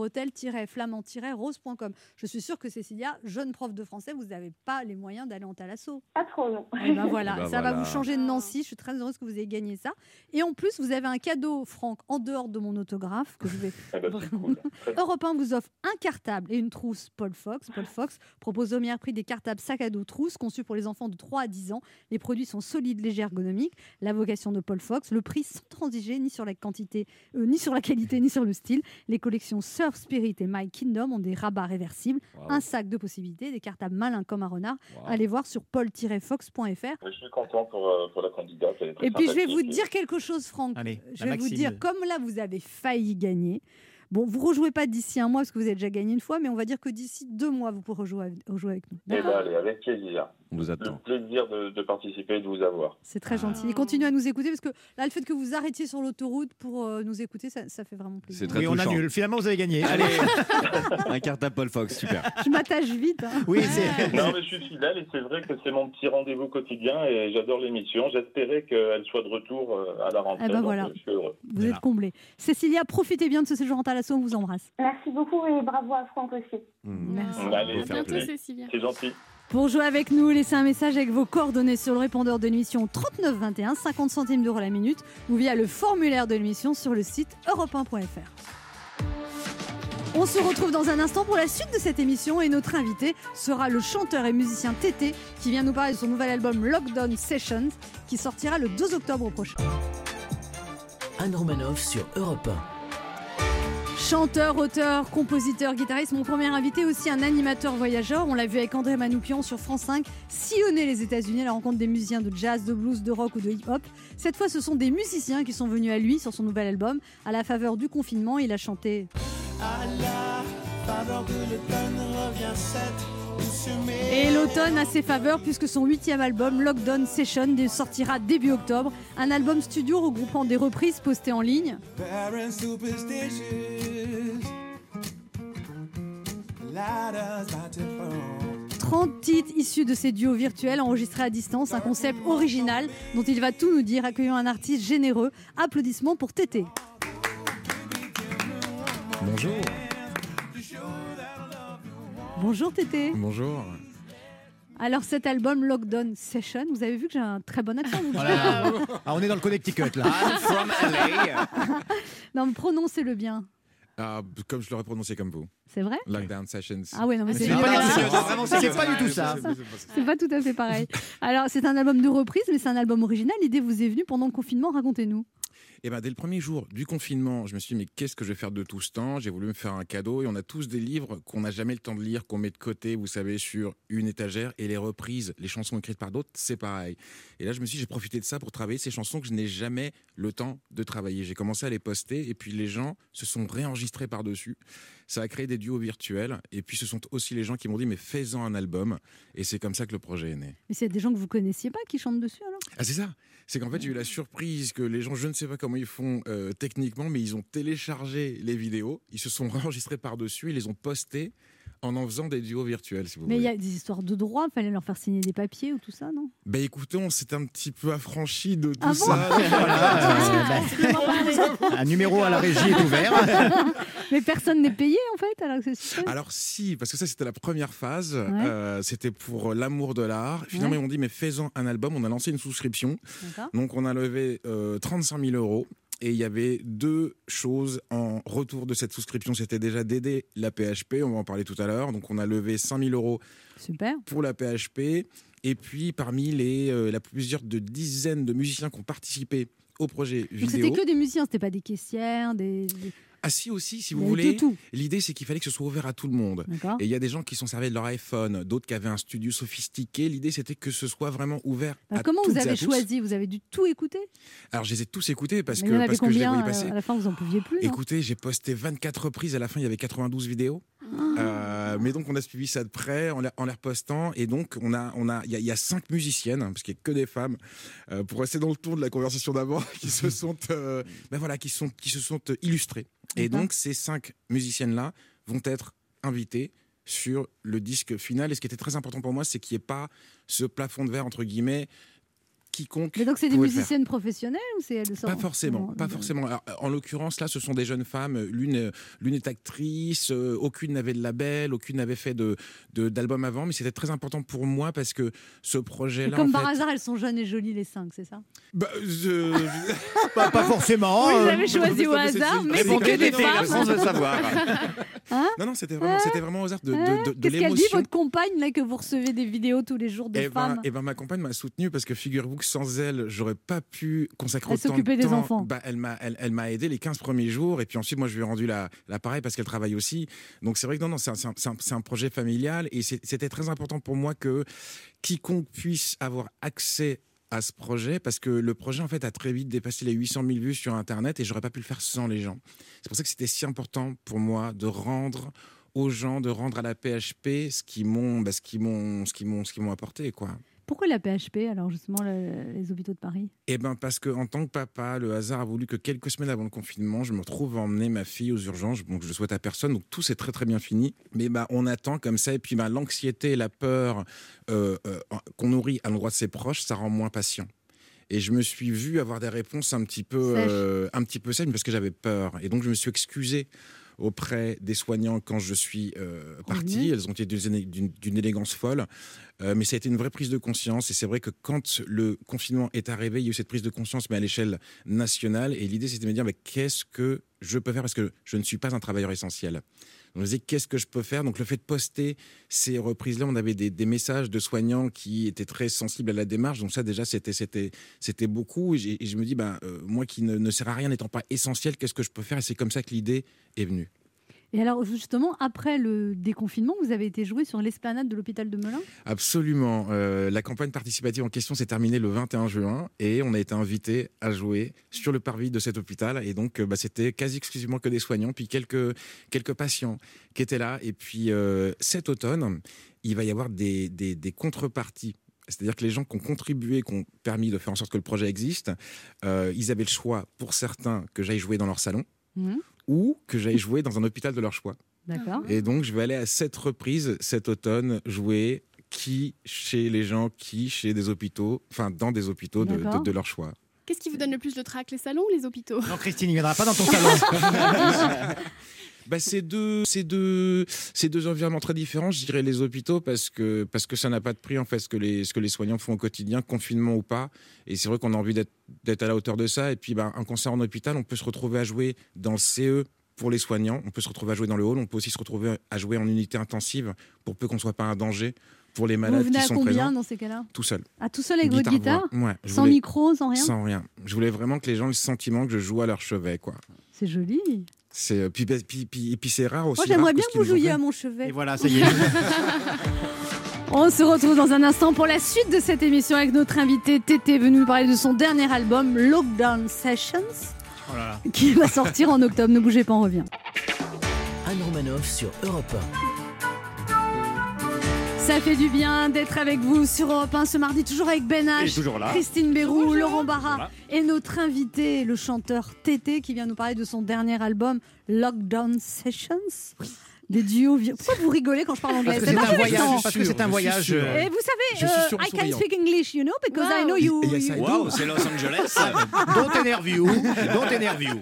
hôtel-flamand-rose.com. Je suis sûre que Cécilia, jeune prof de français, vous n'avez pas les moyens d'aller en Thalasso.
Pas trop, non.
Eh ben voilà,
Eh ben
ça va
voilà.
vous changer de Nancy. Je suis très heureuse que vous ayez gagné ça. Et en plus, vous avez un cadeau, Franck, en dehors de mon autographe que je vais
Ah bah, c'est cool. Très bien.
Europe 1 vous offre un cartable et une trousse Paul Fox. Paul Fox propose au meilleur prix des cartables sac à dos trousse conçus pour les enfants de 3 à 10 ans. Les produits sont solides, légers, ergonomiques. La vocation de Paul Fox, le prix sans transiger ni sur la quantité, euh, ni sur la qualité, ni sur le style. Les collections Surf Spirit et My Kingdom ont des rabats réversibles, un sac de possibilités, des cartables malins comme un renard. Allez voir sur paul-fox.fr.
Je suis content pour, euh, pour la candidate. elle est très
Et puis je vais vous
sympathique.
dire quelque chose, Franck.
Allez,
Je
la
vais vous
maxime
dire,
de-
comme là vous avez failli gagner, bon, vous rejouez pas d'ici un mois parce que vous avez déjà gagné une fois, mais on va dire que d'ici deux mois, vous pourrez rejouer avec, rejouer avec nous.
Eh ben, allez, avec plaisir.
On vous
Le
attend.
plaisir de, de participer et de vous avoir.
C'est très
Ah.
gentil. Et continuez à nous écouter parce que là, le fait que vous arrêtiez sur l'autoroute pour euh, nous écouter, ça, ça fait vraiment plaisir.
C'est très
oui, on
touchant.
annule. Finalement, vous avez gagné.
Allez, un cartable Paul Fox, super.
Je m'attache vite. hein.
Oui, c'est.
Non, mais je suis fidèle et c'est vrai que c'est mon petit rendez-vous quotidien et j'adore l'émission. J'espérais qu'elle soit de retour euh, à la rentrée.
Eh ben
donc,
voilà.
euh, Je suis heureux.
Vous êtes comblés. Cécilia, profitez bien de ce séjour en Talasso. On vous embrasse.
Merci beaucoup et bravo à Franck aussi.
Hmm.
Merci.
Ah,
Allez,
à bientôt, Cécilia.
C'est gentil.
Pour jouer avec nous, laissez un message avec vos coordonnées sur le répondeur de l'émission 3921, 50 centimes d'euros la minute, ou via le formulaire de l'émission sur le site europe1.fr. On se retrouve dans un instant pour la suite de cette émission et notre invité sera le chanteur et musicien Tété qui vient nous parler de son nouvel album Lockdown Sessions qui sortira le 2 octobre prochain.
Anne Romanoff sur Europe
Chanteur, auteur, compositeur, guitariste, mon premier invité aussi un animateur voyageur. On l'a vu avec André Manoukian sur France 5, sillonner les États-Unis à la rencontre des musiciens de jazz, de blues, de rock ou de hip-hop. Cette fois, ce sont des musiciens qui sont venus à lui sur son nouvel album. À la faveur du confinement, il a chanté
1. À la faveur de l'automne revient
Et l'automne a ses faveurs puisque son huitième album, Lockdown Session, dé- sortira début octobre. Un album studio regroupant des reprises postées en ligne.
superstitious
30 titres issus de ces duos virtuels enregistrés à distance, un concept original dont il va tout nous dire. Accueillons un artiste généreux. Applaudissements pour Tété.
Bonjour.
Bonjour Tété.
Bonjour.
Alors cet album Lockdown Session, vous avez vu que j'ai un très bon accent. vous
Voilà. Ah, on est dans le Connecticut, là.
I'm from LA.
Non, mais prononcez-le bien.
Ah, comme je l'aurais prononcé comme vous.
C'est vrai
Lockdown Sessions.
Ah ouais, non, mais
Ah,
c'est
c'est
bien.
pas
Ah,
du
c'est
tout
vraiment
ça. C'est
ça.
pas du tout ça.
C'est pas tout à fait pareil. Alors c'est un album de reprise, mais c'est un album original. L'idée vous est venue pendant le confinement, racontez-nous.
Et ben dès le premier jour du confinement, je me suis dit mais qu'est-ce que je vais faire de tout ce temps J'ai voulu me faire un cadeau et on a tous des livres qu'on n'a jamais le temps de lire, qu'on met de côté, vous savez, sur une étagère et les reprises, les chansons écrites par d'autres, c'est pareil. Et là, je me suis dit, j'ai profité de ça pour travailler ces chansons que je n'ai jamais le temps de travailler. J'ai commencé à les poster et puis les gens se sont réenregistrés par-dessus. Ça a créé des duos virtuels et puis ce sont aussi les gens qui m'ont dit mais fais-en un album et c'est comme ça que le projet est né.
Mais c'est des gens que vous connaissiez pas qui chantent dessus alors
Ah, c'est ça. C'est qu'en fait, j'ai eu la surprise que les gens, je ne sais pas comment ils font euh, techniquement, mais ils ont téléchargé les vidéos, ils se sont enregistrés par-dessus, ils les ont postées en en faisant des duos virtuels, si vous
Mais il
voulez.
y a des histoires de droits, fallait leur faire signer des papiers ou tout ça, non
Ben écoutez, on s'est un petit peu affranchi de tout
Ah bon
ça.
Ah,
bah, Un numéro à la régie est ouvert.
Mais personne n'est payé en fait alors que c'est super.
Alors si, parce que ça c'était la première phase,
Ouais.
Euh, c'était pour euh, l'amour de l'art. Finalement
Ouais.
ils m'ont dit mais fais-en un album, on a lancé une souscription.
D'accord.
Donc on a levé euh, 35 000 euros. Et il y avait deux choses en retour de cette souscription. C'était déjà d'aider la PHP, on va en parler tout à l'heure. Donc on a levé 5 000 euros
Super.
pour la PHP. Et puis parmi les euh, la plusieurs de dizaines de musiciens qui ont participé au projet
Donc
vidéo.
c'était que des musiciens, c'était pas des caissières, des. des-
Ah si aussi, si
Il y
vous
avait
voulez.
de tout.
L'idée, c'est qu'il fallait que ce soit ouvert à tout le monde.
D'accord.
Et il y a des gens qui sont servis de leur iPhone, d'autres qui avaient un studio sophistiqué. L'idée, c'était que ce soit vraiment ouvert
Alors,
à
Bah, comment
toutes
vous
et à
avez
tous.
choisi Vous avez dû tout écouter
Alors, je les ai tous écoutés parce
Mais
que,
il y en avait
parce que je les
combien
voyais
euh,
passer.
À la fin, vous en pouviez plus. hein. non
Écoutez, j'ai posté 24 reprises. À la fin, il y avait 92 vidéos.
Ah.
Euh, mais donc, on a suivi ça de près en, la- en les repostant. Et donc, on a, on a, il y a- il y a cinq musiciennes, hein, parce qu'il n'y a que des femmes, euh, pour rester dans le tour de la conversation d'avant, qui se sont, euh, ben voilà, qui sont, qui se sont euh, illustrées. Et
D'accord.
donc, ces cinq musiciennes-là vont être invitées sur le disque final. Et ce qui était très important pour moi, c'est qu'il n'y ait pas ce plafond de verre, entre guillemets, quiconque.
Mais donc c'est des
pouvait le faire.
musiciennes professionnelles ou c'est elles
Pas forcément, pas forcément. Alors, euh, en l'occurrence, là, ce sont des jeunes femmes. L'une, euh, l'une est actrice. euh, aucune n'avait de label, aucune n'avait fait de, de- d'album avant. Mais c'était très important pour moi parce que ce projet-là.
Comme
en
par
fait-
hasard, elles sont jeunes et jolies les cinq, c'est ça
Bah, je-
Bah, pas, pas forcément.
Oui, vous
euh,
avez choisi au hasard, mais c'est que des femmes.
Ah, bah.
Hein
Non, non, c'était vraiment,
Ouais.
c'était vraiment au hasard de, de,
Hein
de- de
Qu'est-ce qu'elle dit
l'émotion.
votre compagne là que vous recevez des vidéos tous les jours de
Et ben,
femmes
eh ben, ma compagne m'a soutenu parce que figurez-vous que sans elle, j'aurais pas pu consacrer
Elle
autant de temps.
s'occupait des enfants.
Bah, elle m'a, elle, elle m'a aidé les 15 premiers jours et puis ensuite, moi, je lui ai rendu la, l'appareil parce qu'elle travaille aussi. Donc, c'est vrai que non, non, c'est un, c'est un- c'est un- c'est un projet familial et c'est- c'était très important pour moi que quiconque puisse avoir accès à ce projet parce que le projet en fait a très vite dépassé les 800 000 vues sur internet et j'aurais pas pu le faire sans les gens. C'est pour ça que c'était si important pour moi de rendre aux gens, de rendre à la PHP ce qu'ils m'ont, bah, ce qu'ils m'ont, ce qu'ils m'ont, ce qu'ils m'ont apporté quoi.
Pourquoi la PHP alors justement le- les hôpitaux de Paris
Eh ben parce que en tant que papa, le hasard a voulu que quelques semaines avant le confinement, je me retrouve à emmener ma fille aux urgences. Donc je le souhaite à personne. Donc tout c'est très très bien fini. Mais bah on attend comme ça. Et puis bah, l'anxiété, la peur euh, euh, qu'on nourrit à l'endroit de ses proches, ça rend moins patient. Et je me suis vu avoir des réponses un petit peu
Sèches.
euh, un petit peu sèches parce que j'avais peur. Et donc je me suis excusé auprès des soignants quand je suis euh, parti. Elles ont été d'une- d'une d'une élégance folle. Euh, mais ça a été une vraie prise de conscience. Et c'est vrai que quand le confinement est arrivé, il y a eu cette prise de conscience, mais à l'échelle nationale. Et l'idée, c'était de me dire, bah, qu'est-ce que je peux faire Parce que je ne suis pas un travailleur essentiel. Donc, je me disais, qu'est-ce que je peux faire Donc, le fait de poster ces reprises-là, on avait des, des messages de soignants qui étaient très sensibles à la démarche. Donc, ça, déjà, c'était, c'était, c'était beaucoup. Et, j'ai- et je me dis, bah, euh, moi qui ne, ne sert à rien n'étant pas essentiel, qu'est-ce que je peux faire Et c'est comme ça que l'idée est venue.
Et alors justement après le déconfinement, vous avez été joué sur l'esplanade de l'hôpital de Melun.
Absolument. Euh, la campagne participative en question s'est terminée le 21 juin et on a été invité à jouer sur le parvis de cet hôpital. Et donc, euh, bah, c'était quasi exclusivement que des soignants, puis quelques, quelques patients qui étaient là. Et puis, euh, cet automne, il va y avoir des, des- des contreparties. C'est-à-dire que les gens qui ont contribué, qui ont permis de faire en sorte que le projet existe, euh, ils avaient le choix, pour certains, que j'aille jouer dans leur salon
Mhm.
ou que j'aille jouer dans un hôpital de leur choix.
D'accord.
Et donc, je vais aller à sept reprises cet automne jouer qui chez les gens, qui chez des hôpitaux, enfin dans des hôpitaux de,
D'accord.
de- de leur choix.
Qu'est-ce qui vous donne le plus de trac, les salons ou les hôpitaux
Non, Christine, il viendra pas dans ton salon. bah, c'est deux, c'est deux, c'est deux environnements très différents. Je dirais les hôpitaux parce que parce que ça n'a pas de prix en fait ce que les ce que les soignants font au quotidien, confinement ou pas. Et c'est vrai qu'on a envie d'être d'être à la hauteur de ça. Et puis, bah, un concert en hôpital, on peut se retrouver à jouer dans le CE pour les soignants. On peut se retrouver à jouer dans le hall. On peut aussi se retrouver à jouer en unité intensive pour peu qu'on soit pas un danger pour les malades
Vous venez
Ah, qui
à
sont
combien
présents.
dans ces cas-là
Tout seul.
À tout seul avec votre guitare
voix. Ouais, je
Sans
voulais-
micro, sans rien
Sans rien. Je voulais vraiment que les gens aient le sentiment que je joue à leur chevet, quoi.
C'est joli.
C'est euh, puis, puis, puis- puis Oh, c'est rare aussi.
Moi, j'aimerais
rare
bien
ce
que vous
qu'ils nous
jouiez
ont
à mon chevet.
fait.
On se retrouve dans un instant pour la suite de cette émission avec notre invité Tété, venu nous parler de son dernier album, Lockdown Sessions,
Oh
qui va sortir en octobre. Ne bougez pas, on revient.
Anne Romanoff sur Europe
Ça fait du bien d'être avec vous sur Europe 1 ce mardi, toujours avec Ben H,
Et toujours là.
Christine Béroux,
Bonjour.
Laurent Barra
Voilà.
et notre invité, le chanteur Tété, qui vient nous parler de son dernier album, Lockdown Sessions. Des duos. vi- Pourquoi vous rigolez quand je parle anglais
Parce que
C'est
c'est
pas
un
tous les
voyage,
jours.
parce que c'est un voyage,
Et vous
euh,
savez,
je suis
euh,
sûr
I can
souriant.
speak English, you know, because I know you. you-
Wow, c'est Los Angeles. Don't énerve you. Don't énerve you.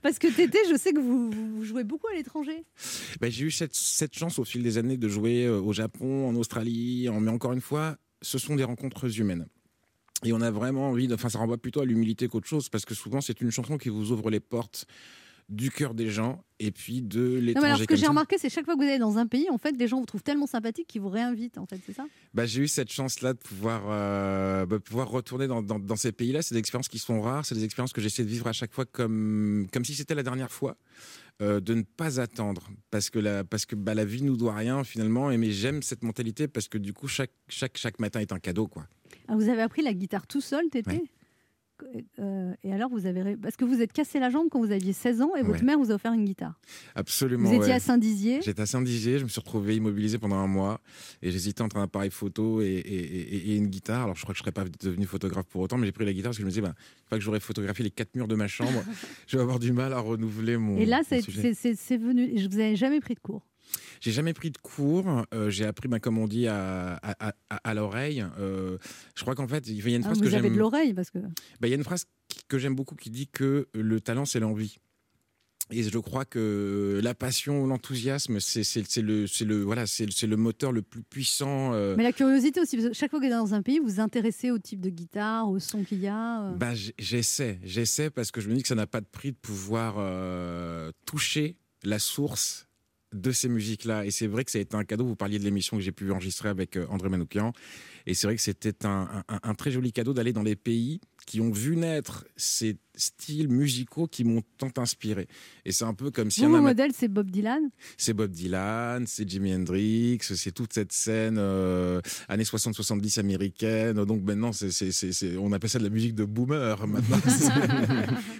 Parce que Tété, je sais que vous, vous jouez beaucoup à l'étranger.
Ben, j'ai eu cette, cette chance au fil des années de jouer euh, au Japon, en Australie, en- mais encore une fois, ce sont des rencontres humaines. Et on a vraiment envie, de- enfin ça renvoie plutôt à l'humilité qu'autre chose, parce que souvent c'est une chanson qui vous ouvre les portes du cœur des gens et puis de
Non, mais alors
l'étranger.
ce que
comme
j'ai
ça.
remarqué, c'est chaque fois que vous allez dans un pays, en fait, les gens vous trouvent tellement sympathique qu'ils vous réinvitent, en fait, c'est ça
Bah, j'ai eu cette chance-là de pouvoir, euh, bah, pouvoir retourner dans, dans- dans ces pays-là. C'est des expériences qui sont rares, c'est des expériences que j'essaie de vivre à chaque fois comme, comme si c'était la dernière fois, euh, de ne pas attendre, parce que la, parce que, bah, la vie nous doit rien finalement. Et mais j'aime cette mentalité parce que du coup, chaque, chaque, chaque matin est un cadeau. quoi.
Ah, Vous avez appris la guitare tout seul, Tété
Ouais.
Euh, et alors, vous avez. ré- Parce que vous êtes cassé la jambe quand vous aviez 16 ans et votre
Ouais.
mère vous a offert une guitare.
Absolument.
Vous étiez
ouais.
à Saint-Dizier
J'étais à Saint-Dizier, je me suis retrouvé immobilisé pendant un mois et j'hésitais entre un appareil photo et, et- et- et une guitare. Alors je crois que je serais pas devenu photographe pour autant, mais j'ai pris la guitare parce que je me disais, ben, une fois que j'aurais photographié les quatre murs de ma chambre, je vais avoir du mal à renouveler mon.
Et là,
mon
c'est
sujet.
c'est- c'est- c'est venu. et Je vous avais jamais pris de cours.
J'ai jamais pris de cours. euh, j'ai appris, ben, comme on dit, à, à- à- à l'oreille. Euh, je crois qu'en fait, il y a une
Ah,
phrase que
vous avez
j'aime.
de l'oreille parce que.
Ben, Il y a une phrase qui- que j'aime beaucoup qui dit que le talent, c'est l'envie. Et je crois que la passion, l'enthousiasme, c'est c'est- c'est le, c'est le, voilà, c'est c'est le moteur le plus puissant. euh.
Mais la curiosité aussi, parce que chaque fois que vous êtes dans un pays, vous vous intéressez au type de guitare, au son qu'il y a. euh.
Bah, j- j'essaie, j'essaie parce que je me dis que ça n'a pas de prix de pouvoir euh, toucher la source de ces musiques-là. Et c'est vrai que ça a été un cadeau. Vous parliez de l'émission que j'ai pu enregistrer avec euh, André Manoukian. Et c'est vrai que c'était un, un- un très joli cadeau d'aller dans les pays qui ont vu naître ces styles musicaux qui m'ont tant inspiré. Et c'est un peu comme si
Vous,
un
vos
ama-
modèles, c'est Bob Dylan.
c'est Bob Dylan, c'est Jimi Hendrix, c'est toute cette scène euh, années 60-70 américaine. Donc maintenant, c'est, c'est- c'est- c'est- on appelle ça de la musique de boomer maintenant.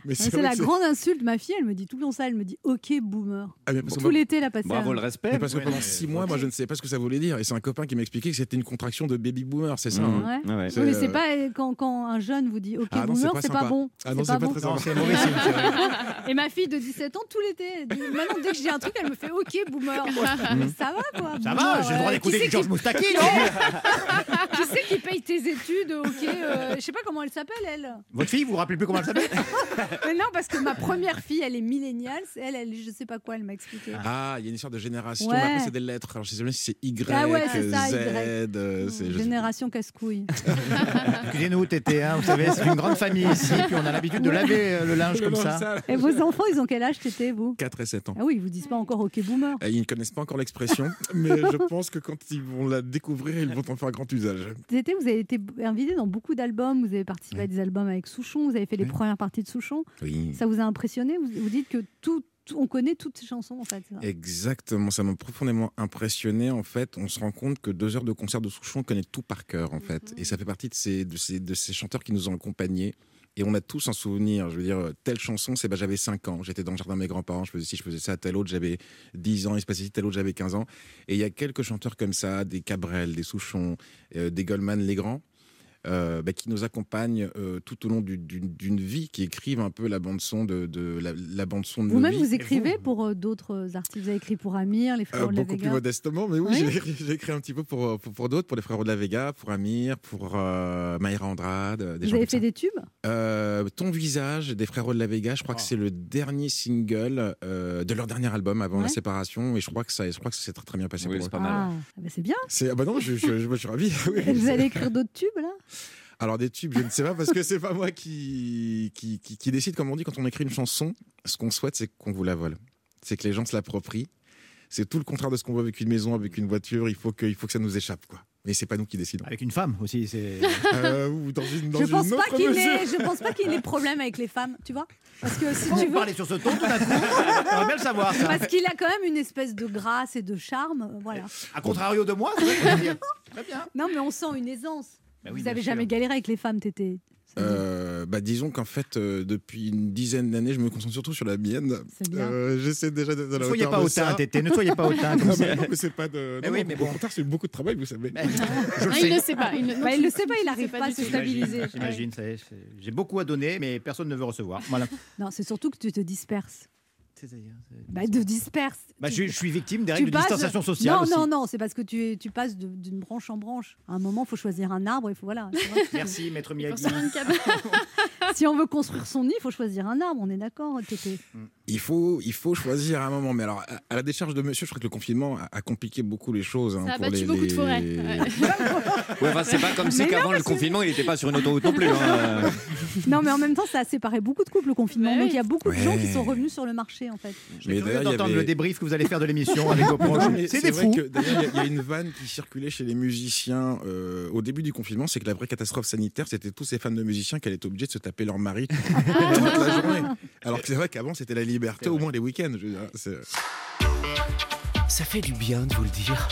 Mais Hein, C'est
vrai
la
que
grande insulte. Ma fille, elle me dit tout le temps ça. Elle me dit OK, boomer.
Ah, mais parce que
Tout
moi-
l'été, la passé. hein.
Mais parce que pendant six mois, moi, je ne sais pas ce que ça voulait dire. Et c'est un copain qui m'expliquait que c'était une contraction de baby boomer, c'est ça
Ouais.
hein
Oui,
C'est,
mais c'est
euh,
pas euh, quand, quand un jeune vous dit OK
Ah non, c'est
boomer,
pas
c'est pas,
sympa.
bon.
Ah non, c'est pas très sympa. Non, c'est mauvais signe, c'est
Et ma fille de 17 ans, tout l'été, elle dit, maintenant dès que j'ai un truc, elle me fait OK boomer.
Mm.
Mais ça va quoi
Ça
boomer,
va, j'ai le droit
euh,
d'écouter du
qui c'est
Georges
qui-
Moustaki, non
Qui c'est qui paye tes études OK euh, Je sais pas comment elle s'appelle elle.
Votre fille, vous vous rappelez plus comment elle s'appelle
Mais non, parce que ma première fille, elle est milléniale. c'est Elle, elle, je sais pas quoi, elle m'a expliqué.
Ah, il y a une histoire de génération.
Ouais.
mais Après, c'est des lettres. Alors, je sais pas si c'est Y,
Ah ouais, c'est ça,
Z.
Y.
euh, c'est, je sais
Génération casse-couille.
Excusez-nous, Tété, hein, vous savez, c'est une grande famille ici, puis on a l'habitude de laver euh, le linge comme ça.
Et vos enfants, ils ont quel âge t'étais, vous
4 et 7 ans.
Ah oui, ils vous disent pas encore OK boomer.
Et Ils ne connaissent pas encore l'expression, mais je pense que quand ils vont la découvrir, ils vont en faire un grand usage.
Tété, vous avez été invité dans beaucoup d'albums, vous avez participé à des albums avec Souchon, vous avez fait les premières parties de Souchon.
Oui.
Ça vous a impressionné vous, vous dites que tout, tout- on connaît toutes ces chansons en fait. c'est ça
Exactement, ça m'a profondément impressionné. En fait, on se rend compte que deux heures de concert de Souchon, on connaît tout par cœur, en fait.
Mm-hmm.
Et ça fait partie de ces, de, ces, de ces chanteurs qui nous ont accompagnés. Et on a tous un souvenir. Je veux dire, euh, telle chanson, c'est bah, j'avais 5 ans, j'étais dans le jardin de mes grands-parents, je faisais ci, je faisais ça, tel autre, j'avais 10 ans, il se passait ci, tel autre, j'avais 15 ans. Et il y a quelques chanteurs comme ça, des Cabrel, des Souchon, euh, des Goldman, les grands, euh, bah, qui nous accompagnent euh, tout au long du- d'une d'une vie, qui écrivent un peu la bande-son de, de, la, la bande -son de nos
Vous-même,
vies.
vous écrivez pour euh, d'autres artistes. Vous avez écrit pour Amir, les
Euh,
Frères de la
beaucoup plus
Vega.
modestement, mais oui,
Oui.
j'ai écrit- j'ai écrit un petit peu pour, euh, pour, pour d'autres, pour les Frères de la Vega, pour Amir, pour euh, Maïra Andrade, euh, des
Vous
gens
avez
comme ça.
fait des tubes
Euh, Ton visage des Frères de la Vega, je crois que c'est le dernier single euh, de leur dernier album avant la
Ouais.
séparation, et je crois que ça, je crois que ça s'est très, très bien passé pour eux.
Ah, ah bah c'est bien.
C'est ah bah non, je, je- je- je suis ravi. oui.
Vous allez écrire d'autres tubes là
Alors des tubes, je ne sais pas parce que c'est pas moi qui qui, qui- qui décide. Comme on dit, quand on écrit une chanson, ce qu'on souhaite, c'est qu'on vous la vole, c'est que les gens se l'approprient. C'est tout le contraire de ce qu'on voit avec une maison, avec une voiture. Il faut que il faut que ça nous échappe, quoi. Mais c'est pas nous qui décidons.
Avec une femme aussi, c'est.
Euh, ou dans une, dans
Je pense
une
pas
autre
qu'il
mesure.
ait, je pense pas qu'il ait problème avec les femmes, tu vois Parce que si tu veux
parler sur ce ton tout d'un coup, on va bien le savoir. ça.
parce qu'il a quand même une espèce de grâce et de charme, euh, voilà.
À contrario de moi, c'est vrai que je veux dire.
Non, mais on sent une aisance.
Bah oui,
Vous
bien
avez
sûr.
jamais galéré avec les femmes, t'étais.
Euh, bah disons qu'en fait, euh, depuis une dizaine d'années, je me concentre surtout sur la mienne.
C'est
bien.
Euh, J'essaie déjà d'être à la
Ne soyez
hauteur
pas
de
hautain,
ça.
Tété, ne soyez pas hautain comme
Non,
ça.
mais non, mais c'est pas de.
Mais
non,
oui,
non,
mais
au
bon.
contraire, c'est beaucoup de travail, vous savez.
Je le
Ah,
sais.
il le sait pas, il ne- non, Bah, il tu- le sait pas, il tu sais arrive pas pas à du se tout. stabiliser.
J'imagine, J'imagine, ça y est, c'est- j'ai beaucoup à donner, mais personne ne veut recevoir. Voilà.
Non, c'est surtout que tu te disperses. Bah, de disperse.
Bah, je, je suis victime des
Tu
règles de
bases-
distanciation sociale.
Non,
aussi.
non, non, c'est parce que tu, tu passes de- d'une branche en branche. À un moment, il faut choisir un arbre. Il faut, voilà, tu vois.
Merci, maître Miyagi.
si on veut construire son nid, il faut choisir un arbre. On est d'accord, Tété
Il faut, il faut choisir un moment. Mais alors, à- à la décharge de monsieur, je crois que le confinement a, a compliqué beaucoup les choses. hein,
Ça a
pour
battu
les-
beaucoup de
les-
forêts.
Ouais, enfin, c'est pas comme si
Mais non,
qu'avant le
parce que-
confinement, il n'était pas sur une autoroute non plus. hein.
Non, mais en même temps, ça a séparé beaucoup de couples, le confinement.
Bah
Donc, il y a beaucoup de gens qui
Ouais.
sont revenus sur le marché, en fait.
Je vais
Mais d'ailleurs, il y
d'entendre
avait-
le débrief que vous allez faire de l'émission avec vos proches.
Non, mais
C'est des
vrai
fous.
que, D'ailleurs, il y a- il y, a une vanne qui circulait chez les musiciens euh, au début du confinement, c'est que la vraie catastrophe sanitaire, c'était tous ces fans de musiciens qui allaient être obligés de se taper leur mari toute la journée. Alors que c'est vrai qu'avant, c'était la liberté, au moins les week-ends. je veux dire, c'est-
Ça fait du bien de vous le dire.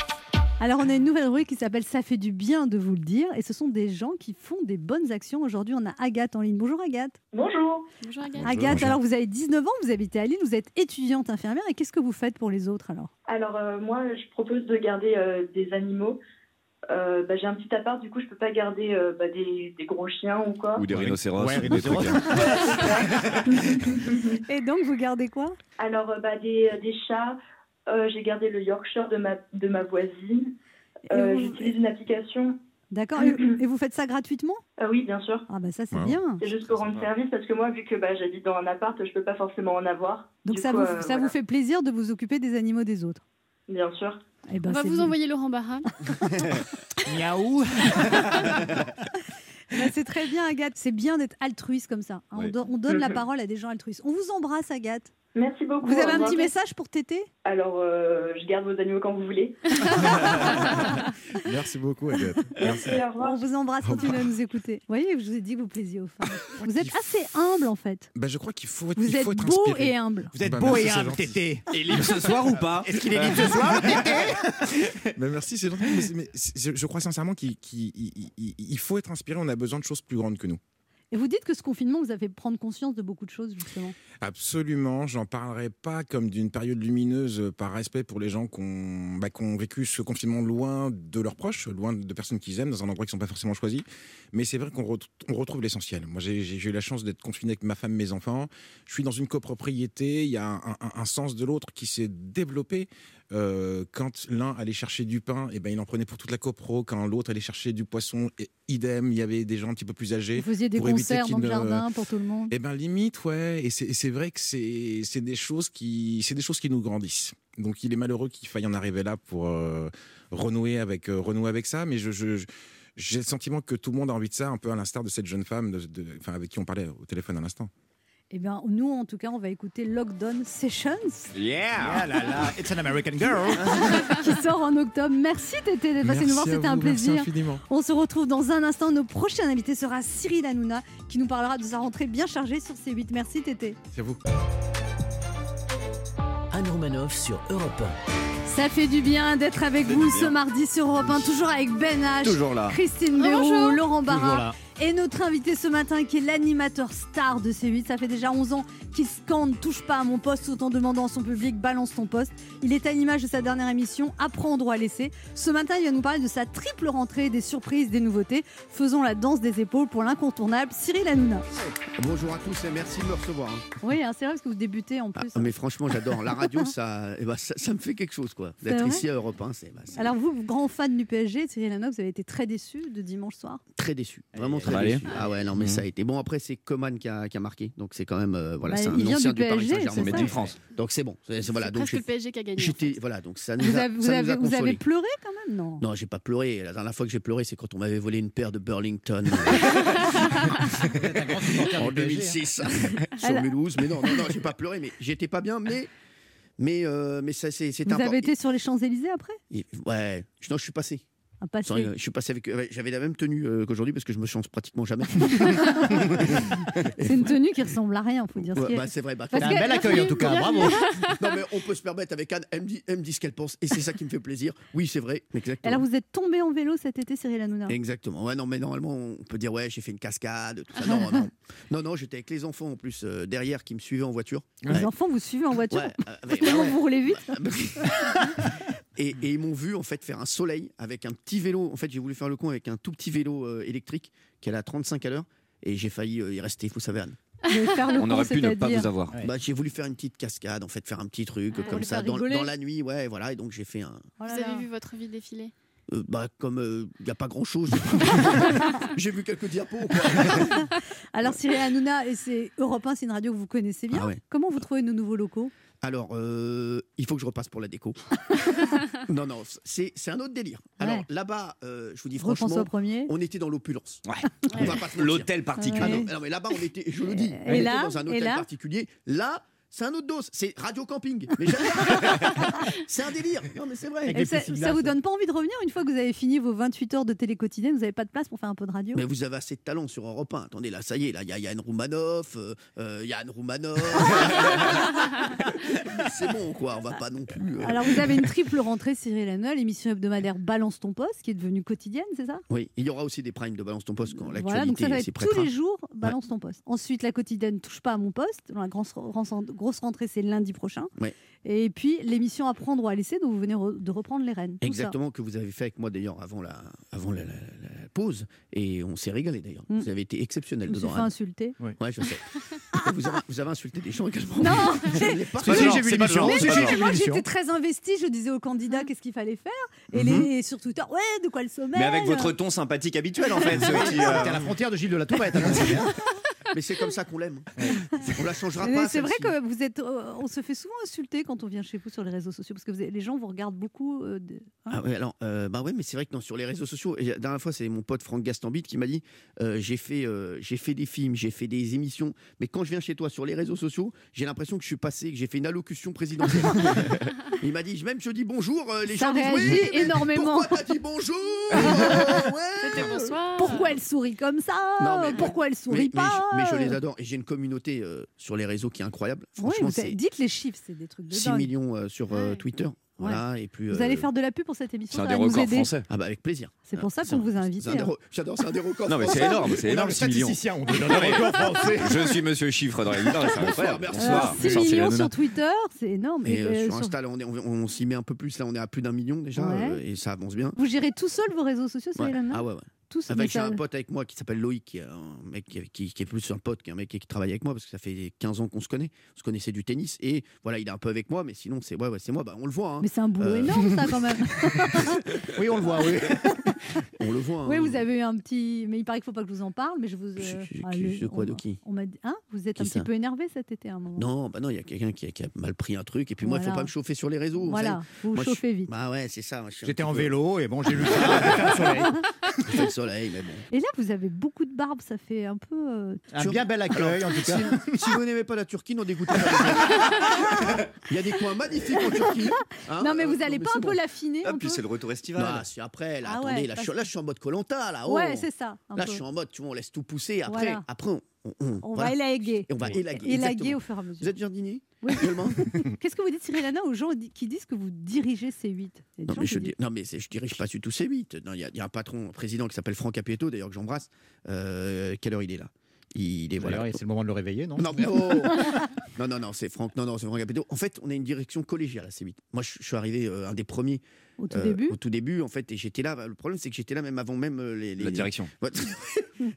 Alors, on a une nouvelle rubrique qui s'appelle Ça fait du bien de vous le dire. Et ce sont des gens qui font des bonnes actions. Aujourd'hui, on a Agathe en ligne. Bonjour, Agathe.
Bonjour.
Bonjour Agathe.
Agathe, alors vous avez 19 ans, vous habitez à Lille, vous êtes étudiante infirmière. Et qu'est-ce que vous faites pour les autres alors
Alors euh, moi, je propose de garder euh, des animaux. Euh, bah, j'ai un petit appart, du coup, je peux pas garder euh, bah, des, des gros chiens ou quoi.
Ou des rhinocéros.
Ouais,
ou des trucs,
rhinocéros.
hein.
Et donc, vous gardez quoi
Alors euh, bah, des, des chats. Euh, j'ai gardé le Yorkshire de ma, de ma voisine. Euh,
vous-
J'utilise une application.
D'accord et, et vous faites ça gratuitement
Ah oui, bien sûr.
Ah bah ça, c'est
Wow.
bien.
C'est juste pour rendre service parce que moi, vu que bah, j'habite dans un appart, je peux pas forcément en avoir.
Donc
Du
ça,
coup,
vous,
euh,
ça
voilà.
vous fait plaisir de vous occuper des animaux des autres
Bien sûr.
Eh ben,
On va
c'est
vous
bien.
envoyer Laurent Barra.
Miaou.
Bah, c'est très bien, Agathe. C'est bien d'être altruiste comme ça. hein. On,
Oui.
don- on donne la
Mhm.
parole à des gens altruistes. On vous embrasse, Agathe.
Merci beaucoup.
Vous
au
avez un
revoir.
petit message pour Tété
Alors, euh, je garde vos animaux quand vous voulez.
Merci beaucoup, Agathe. Merci.
On vous embrasse, continuez à nous écouter. Vous voyez, je vous ai dit que vous plaisiez aux femmes. Vous êtes assez humble en fait.
Bah, je crois qu'il faut être,
Vous
il faut
êtes
être
beau
inspiré.
et humble.
Vous êtes
Bah,
beau
merci,
et
c'est
humble,
gentil.
Tété.
Et libre ce soir ou pas
Est-ce qu'il est libre ce soir, le Tété
Bah, merci, c'est gentil. Mais, c'est- mais c'est- je, je crois sincèrement qu'il qu'il- il- il- il faut être inspiré. On a besoin de choses plus grandes que nous.
Et vous dites que ce confinement vous a fait prendre conscience de beaucoup de choses justement.
Absolument, j'en parlerai pas comme d'une période lumineuse euh, par respect pour les gens qui ont bah, qui ont vécu ce confinement loin de leurs proches, loin de personnes qu'ils aiment, dans un endroit qu'ils n'ont pas forcément choisi. Mais c'est vrai qu'on re- on retrouve l'essentiel. Moi, j'ai j'ai eu la chance d'être confiné avec ma femme, mes enfants. Je suis dans une copropriété, il y a un, un- un sens de l'autre qui s'est développé. Euh, quand l'un allait chercher du pain, et ben, il en prenait pour toute la copro. Quand l'autre allait chercher du poisson, et idem, il y avait des gens un petit peu plus âgés.
Vous faisiez des
pour éviter
concerts
qu'ils
dans le
ne-
jardin pour tout le monde.
eh ben limite, ouais. Et c'est et c'est vrai que c'est c'est des choses qui c'est des choses qui nous grandissent. Donc il est malheureux qu'il faille en arriver là pour euh, renouer avec euh, renouer avec ça. Mais je je- je- j'ai le sentiment que tout le monde a envie de ça, un peu à l'instar de cette jeune femme de, de- enfin, avec qui on parlait au téléphone à l'instant.
Eh bien, nous en tout cas, on va écouter Lockdown Sessions
Yeah. Ah là, là, it's an American girl.
qui sort en octobre. Merci Tété d'être passé nous voir, c'était un plaisir. On se retrouve dans un instant. Nos prochains invités sera Cyril Hanouna qui nous parlera de sa rentrée bien chargée sur C8. Merci Tété.
C'est vous.
Anne Romanoff sur Europe
Ça fait du bien d'être avec vous ce mardi sur Europe 1, toujours avec Ben H,
Toujours là.
Christine Béroux, Laurent
Toujours
Barra
là.
et notre invité ce matin qui est l'animateur star de C8. Ça fait déjà 11 ans qu'il scande « Touche pas à mon poste » tout en demandant à son public « Balance ton poste ». Il est à l'image de sa dernière émission « Apprendre ou à laisser ». Ce matin, il va nous parler de sa triple rentrée, des surprises, des nouveautés. Faisons la danse des épaules pour l'incontournable Cyril Hanouna.
Bonjour à tous et merci de me recevoir. hein.
Oui, hein, c'est vrai parce que vous débutez en plus.
Ah, mais franchement, j'adore. La radio, ça, eh ben, ça, ça me fait quelque chose, quoi.
C'est
D'être
vrai Ah.
ici à Europe 1, c'est bah, c'est
Alors vous, grand fan du PSG, Cyril Hanouna, vous avez été très déçu de dimanche soir
très déçu. Vraiment très
Allez.
déçu. Ah ouais, non, mais
Mhm.
ça a été. Bon, après, c'est Coman qui a, qui a marqué. Donc, c'est quand même. euh, voilà,
Bah,
c'est
il
un
vient
ancien
du
du, Paris
PSG,
Saint-Germain.
c'est Mais ça. d'une France.
Donc, c'est bon. C'est, c'est- voilà, donc,
presque
j'ai-
le PSG qui a gagné.
j'étais. Voilà, donc ça nous
Vous
a.
avez, vous
ça nous
avez-
a
vous avez
consolés.
pleuré quand même Non.
Non, j'ai pas pleuré. La dernière fois que j'ai pleuré, c'est quand on m'avait volé une paire de Burlington en 2006 sur
Alors-
Mulhouse. Mais non, non, non, j'ai pas pleuré. Mais j'étais pas bien. Mais mais euh, mais ça, c'est c'est
Vous
important.
avez été sur les Champs-Élysées après
Il- Ouais, je- non, je suis passé.
Un passé.
Sans rigoler, je suis passé avec. ouais, J'avais la même tenue euh, qu'aujourd'hui parce que je me change pratiquement jamais.
C'est une tenue qui ressemble à rien, faut dire ce
Ouais,
qu'il y a.
bah, c'est vrai. Bah,
Parce que-
non, mais on peut se permettre avec Anne, elle me dit, elle me dit ce qu'elle pense et c'est ça qui me fait plaisir. Oui, c'est vrai, exactement.
Alors, vous êtes tombé en vélo cet été, Cyril Hanouna
Exactement. Ouais, non, mais normalement, on peut dire, ouais, j'ai fait une cascade, tout ça. Non, non. Non, non, j'étais avec les enfants en plus, euh, derrière, qui me suivaient en voiture.
Les
Ouais.
enfants vous suivent en
Ouais,
voiture
euh,
Parce
ouais,
que
ouais, Bah, ouais.
vous roulez vite
Et, et ils m'ont vu en fait faire un soleil avec un petit vélo. En fait, j'ai voulu faire le con avec un tout petit vélo euh, électrique qui allait à 35 à l'heure et j'ai failli euh, y rester, vous savez, Anne.
Mais faire le On con, aurait pu ne pas c'est-à-dire vous avoir.
Bah, j'ai voulu faire une petite cascade, en fait, faire un petit truc euh,
Ah,
comme
le
ça
faire
dans,
rigoler.
dans la nuit, ouais, voilà. Et donc j'ai fait un.
Oh
Vous avez vu votre vie défiler
euh, bah, comme il n'y a pas grand chose, j'ai vu quelques diapos. quoi.
Alors Cyril Hanouna, et c'est Europe 1, c'est une radio que vous connaissez bien.
Ah ouais.
Comment vous trouvez nos nouveaux locaux
Alors, euh, il faut que je repasse pour la déco. non, non, c'est c'est un autre délire. Alors
Ouais.
là-bas, euh, je vous dis
Repense
franchement,
au premier.
on était dans l'opulence. On va pas se mentir.
L'hôtel particulier.
Ah non, non, mais là-bas, on était, je le dis, on
Et
était
là,
dans un
et
hôtel
là
particulier. Là, c'est un autre dos. C'est Radio Camping. Mais j'aime- c'est un délire. Non, mais c'est vrai.
Et ça, ça vous donne pas envie de revenir une fois que vous avez fini vos 28 heures de télé quotidienne, vous n'avez pas de place pour faire un peu de radio
Mais vous avez assez de talent sur Europe 1. Attendez, là, ça y est, là, il y a Yann Roumanoff, euh, euh, Yann Roumanoff. c'est bon, quoi. On va pas non plus. euh.
Alors vous avez une triple rentrée, Cyril Hanouna, l'émission hebdomadaire Balance ton poste, qui est devenue quotidienne, c'est ça
Oui, il y aura aussi des primes de Balance ton poste quand l'actualité
Voilà, donc ça va
s'y
être tous
prêtera.
les jours Balance ton poste. Ensuite, la quotidienne Touche pas à mon poste. Dans la grosse, grosse rentrée, c'est lundi prochain.
Ouais.
Et puis l'émission Apprendre ou à laisser, dont vous venez re- de reprendre les rênes. Tout ça.
Exactement, que vous avez fait avec moi d'ailleurs avant la, avant la, la- la- la pause. Et on s'est régalé d'ailleurs.
Mm.
Vous avez été exceptionnel
Je me suis
dedans.
fait
Anne.
insulter.
Ouais, je sais. Et vous, avez, vous avez insulté des gens également.
Non,
Je n'ai pas-
Si, si, j'ai vu
C'est pas
l'émission.
genre,
Si,
c'est
si,
pas
j'ai
genre.
vu
Moi,
l'émission.
j'étais très investie. Je disais aux candidats
Mmh.
qu'est-ce qu'il fallait faire. Et,
Mhm.
les, et sur Twitter, ouais, de quoi le sommeil
Mais avec votre ton sympathique habituel, en fait. ce petit, euh,
T'es à la frontière de Gilles de la Tourette.
hein, Mais c'est comme ça qu'on l'aime. hein. On la changera
Mais
pas.
c'est vrai
celle-ci.
que vous êtes, euh, on se fait souvent insulter quand on vient chez vous sur les réseaux sociaux parce que vous avez- les gens vous regardent beaucoup. euh, de- hein.
Ah ouais, alors, euh, bah ouais, mais c'est vrai que non, sur les réseaux sociaux, et la dernière fois, c'est mon pote Franck Gastambide qui m'a dit euh, j'ai fait, euh, j'ai fait des films, j'ai fait des émissions, mais quand je viens chez toi sur les réseaux sociaux, j'ai l'impression que je suis passé, que j'ai fait une allocution présidentielle. Il m'a dit même je dis bonjour, euh, les
Ça
gens disent
réagit
oui, mais
énormément.
Pourquoi t'as dit bonjour
C'était bonsoir.
Pourquoi elle sourit comme ça
Non, mais-
Pourquoi elle
mais,
sourit
mais
pas
je, mais je les adore et j'ai une communauté euh, sur les réseaux qui est incroyable.
Oui,
Franchement,
vous avez-
c'est
dites les chiffres, c'est des trucs de
6
dingue.
millions euh, sur euh, Twitter. Voilà, et puis,
Vous
euh,
allez faire de la pub pour cette émission, ça
c'est un des
va nous
records
aider.
français. Ah bah avec plaisir.
C'est pour ça qu'on vous a invité.
C'est un des
hein.
re- J'adore, c'est un des records.
Non, mais c'est
français.
énorme, c'est
On a
énorme,
le
6 millions.
statisticien, on donne un
Non, mais-
record français.
Je suis monsieur chiffre dans la vie. Non, mais c'est incroyable.
Bonsoir,
Bonsoir,
Alors, 6
bonsoir, Cyril
millions
Hanouna.
sur Twitter, c'est énorme.
Et
Et,
euh,
euh,
sur
sur-
Insta, là, on, est- on- on s'y met un peu plus. Là, on est à plus d'un million déjà
Ouais.
euh, et ça avance bien.
Vous gérez tout seul vos réseaux sociaux,
Ouais.
Cyril hein. Hanouna
Ah ouais, ouais.
Tout seul.
Avec
mais
j'ai
ça-
un pote avec moi qui s'appelle Loïc, qui est un mec qui, qui- qui est plus un pote qu'un mec qui travaille avec moi parce que ça fait 15 ans qu'on se connaît. On se connaissait du tennis et voilà, il est un peu avec moi, mais sinon c'est ouais, ouais, c'est moi. Bah, on le voit. hein.
Mais c'est un boulot
Euh,
énorme, ça, quand même.
Oui, on le voit. Oui. on le voit.
oui,
hein.
vous avez eu un petit. Mais il paraît qu'il faut pas que je vous en parle, mais je vous. euh,
Qui-
ah,
qui-
le-
de quoi,
on-
de qui
On m'a dit. Hein Vous êtes
Qui
un petit
ça
peu énervé cet été à un moment.
Non, bah non, il y a quelqu'un qui, a- qui a mal pris un truc et puis moi, il
Voilà.
faut pas me chauffer sur les réseaux. vous
Voilà,
savez.
vous
Moi, je-
chauffez vite.
Bah ouais, c'est ça. moi, je suis un
J'étais
petit
en
peu-
vélo et bon, j'ai lu ça. j'ai fait un soleil.
J'ai le soleil, mais bon.
Et là, vous avez beaucoup de barbe, ça fait un peu. euh,
Un bien bel accueil, en tout cas.
Si, si vous n'aimez pas la Turquie, n'en dégoûtez pas. Il y a des coins magnifiques en Turquie. hein.
non, mais
Euh,
vous allez
mais
pas
c'est
un
bon.
peu l'affiner
Ah,
un
puis
peu
c'est le retour estival.
Ah, c'est après, là,
Ah ouais,
attendez, là, je,
parce
suis- là, je suis en mode Colanta, là.
Ouais,
oh.
c'est ça, un
Là,
peu.
je suis en mode, tu vois, on laisse tout pousser. Après,
Voilà.
après on, on,
On
voilà.
va élaguer.
Et on va élaguer.
au
exactement.
fur et à mesure.
Vous êtes jardinier
Oui.
Actuellement
Qu'est-ce que vous dites, Cyril Hanouna, aux gens di- qui disent que vous dirigez C8 Il y a des
Non
gens
mais,
qui
je,
disent-
dis- non, mais c'est- je dirige pas du tout C8. Non, Il y, a- il y a un patron, un président qui s'appelle Franck Apieto, d'ailleurs que j'embrasse. Euh, quelle heure il est là Il est voilà.
D'ailleurs, C'est le moment de le réveiller, non
Non, mais oh non, non, non, c'est Franck. Non, non, c'est Franck Apieto. En fait, on a une direction collégiale à C8. Moi, je, je suis arrivé euh, un des premiers. euh,
Au tout début
Au tout début, en fait, et j'étais là. Le problème, c'est que j'étais là même avant même euh, les, les-
La direction.
Ouais.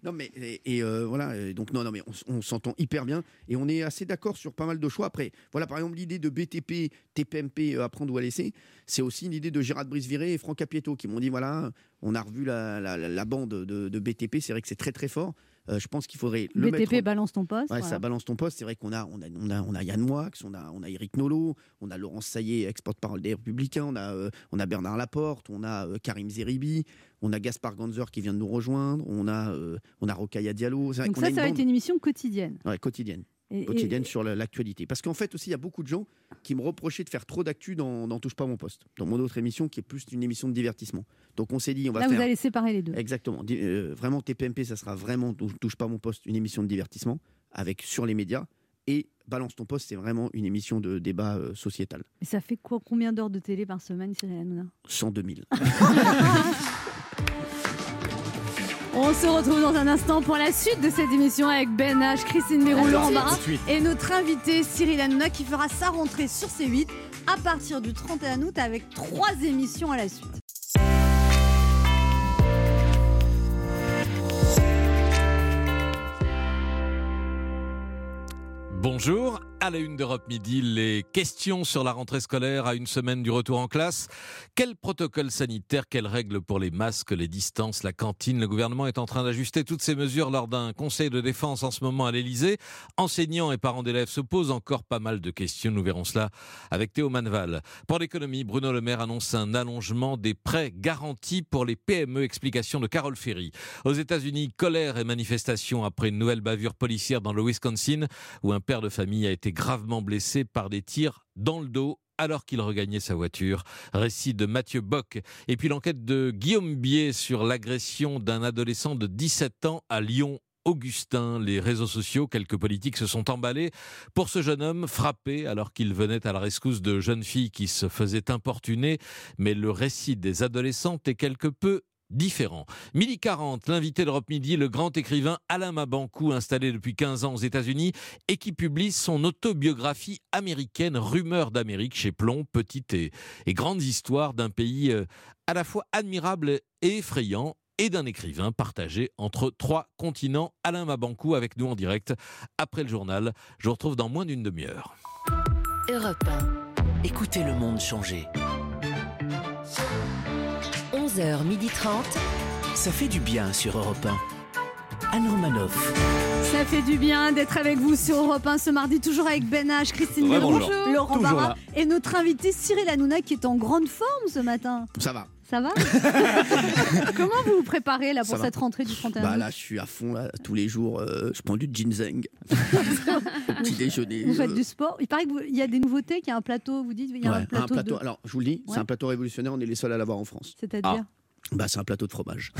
non, mais et, et, euh, voilà. euh, Donc non, non, mais on, s- on s'entend hyper bien et on est assez d'accord sur pas mal de choix. Après, voilà, par exemple, l'idée de BTP, TPMP, euh, apprendre ou à laisser, c'est aussi l'idée de Gérard Briseviré et Franck Apieto qui m'ont dit voilà, on a revu la, la- la- la bande de, de BTP. C'est vrai que c'est très très fort. Euh, je pense qu'il faudrait le
BTP
mettre en-
balance ton poste.
Ouais,
voilà.
ça balance ton poste. C'est vrai qu'on a, on a, on a, on a Yann Moix, on a, on a Eric Nolot, on a Laurence Saillé, ex-porte-parole des Républicains, on a, euh, on a Bernard Laporte, on a euh, Karim Zeribi, on a Gaspard Ganzer qui vient de nous rejoindre, on a, euh, on a Rocaille Diallo. C'est vrai
Donc
qu'on
ça,
a une
ça va
bande-
être une émission quotidienne.
Ouais, quotidienne.
Et-
quotidienne sur la- l'actualité. Parce qu'en fait aussi, il y a beaucoup de gens qui me reprochaient de faire trop d'actu dans, dans Touche pas à mon poste, dans mon autre émission qui est plus une émission de divertissement. Donc on s'est dit, on va
Là,
faire...
vous allez séparer les deux.
Exactement. Di- euh, vraiment, TPMP, ça sera vraiment, Tou- touche pas à mon poste, une émission de divertissement avec sur les médias. Et Balance ton poste, c'est vraiment une émission de débat euh, sociétal.
Et ça fait quoi, combien d'heures de télé par semaine, Cyril Hanouna
102 000.
On se retrouve dans un instant pour la suite de cette émission avec Ben H, Christine Mérou,
À
Laurent
tout de
Barra
suite.
et notre invité Cyril Hanouna qui fera sa rentrée sur C8 à partir du 31 août avec trois émissions à la suite.
Bonjour. À la une d'Europe Midi, les questions sur la rentrée scolaire à une semaine du retour en classe. Quel protocole sanitaire, quelles règles pour les masques, les distances, la cantine Le gouvernement est en train d'ajuster toutes ces mesures lors d'un conseil de défense en ce moment à l'Elysée. Enseignants et parents d'élèves se posent encore pas mal de questions. Nous verrons cela avec Théo Manval. Pour l'économie, Bruno Le Maire annonce un allongement des prêts garantis pour les PME. Explication de Carole Ferry. Aux États-Unis, colère et manifestation après une nouvelle bavure policière dans le Wisconsin où un père de famille a été gravement blessé par des tirs dans le dos alors qu'il regagnait sa voiture. Récit de Mathieu Bock. Et puis l'enquête de Guillaume Bier sur l'agression d'un adolescent de 17 ans à Lyon. Augustin, les réseaux sociaux, quelques politiques se sont emballés pour ce jeune homme frappé alors qu'il venait à la rescousse de jeunes filles qui se faisaient importuner. Mais le récit des adolescentes est quelque peu différent. Midi 40, l'invité d'Europe Midi, le grand écrivain Alain Mabankou, installé depuis 15 ans aux États-Unis et qui publie son autobiographie américaine Rumeurs d'Amérique chez Plomb, petite et, et grande histoire d'un pays euh, à la fois admirable et effrayant et d'un écrivain partagé entre trois continents. Alain Mabankou avec nous en direct après le journal. Je vous retrouve dans moins d'une demi-heure.
Europe 1.
Écoutez le monde changer.
11h30.
Ça fait du bien sur Europe 1. Anne Romanoff.
Ça fait du bien d'être avec vous sur Europe 1 ce mardi, toujours avec Ben H, Christine Mérou,
Rebonjour.
Laurent
Toujours
Barra
là.
et notre invité Cyril Hanouna qui est en grande forme ce matin.
Ça va.
Ça va Comment vous vous préparez là pour
Ça va.
cette rentrée du 31
Bah
août
là, je suis à fond, là, tous les jours, euh, je prends du ginseng. Au petit déjeuner.
Vous faites
euh,
du sport Il paraît qu'il y a des nouveautés, qu'il y a un plateau, vous dites, il y a
ouais,
un plateau. de-
Alors, je vous le dis,
Ouais.
c'est un plateau révolutionnaire, on est les seuls à l'avoir en France.
C'est-à-dire
bah, C'est un plateau de fromage.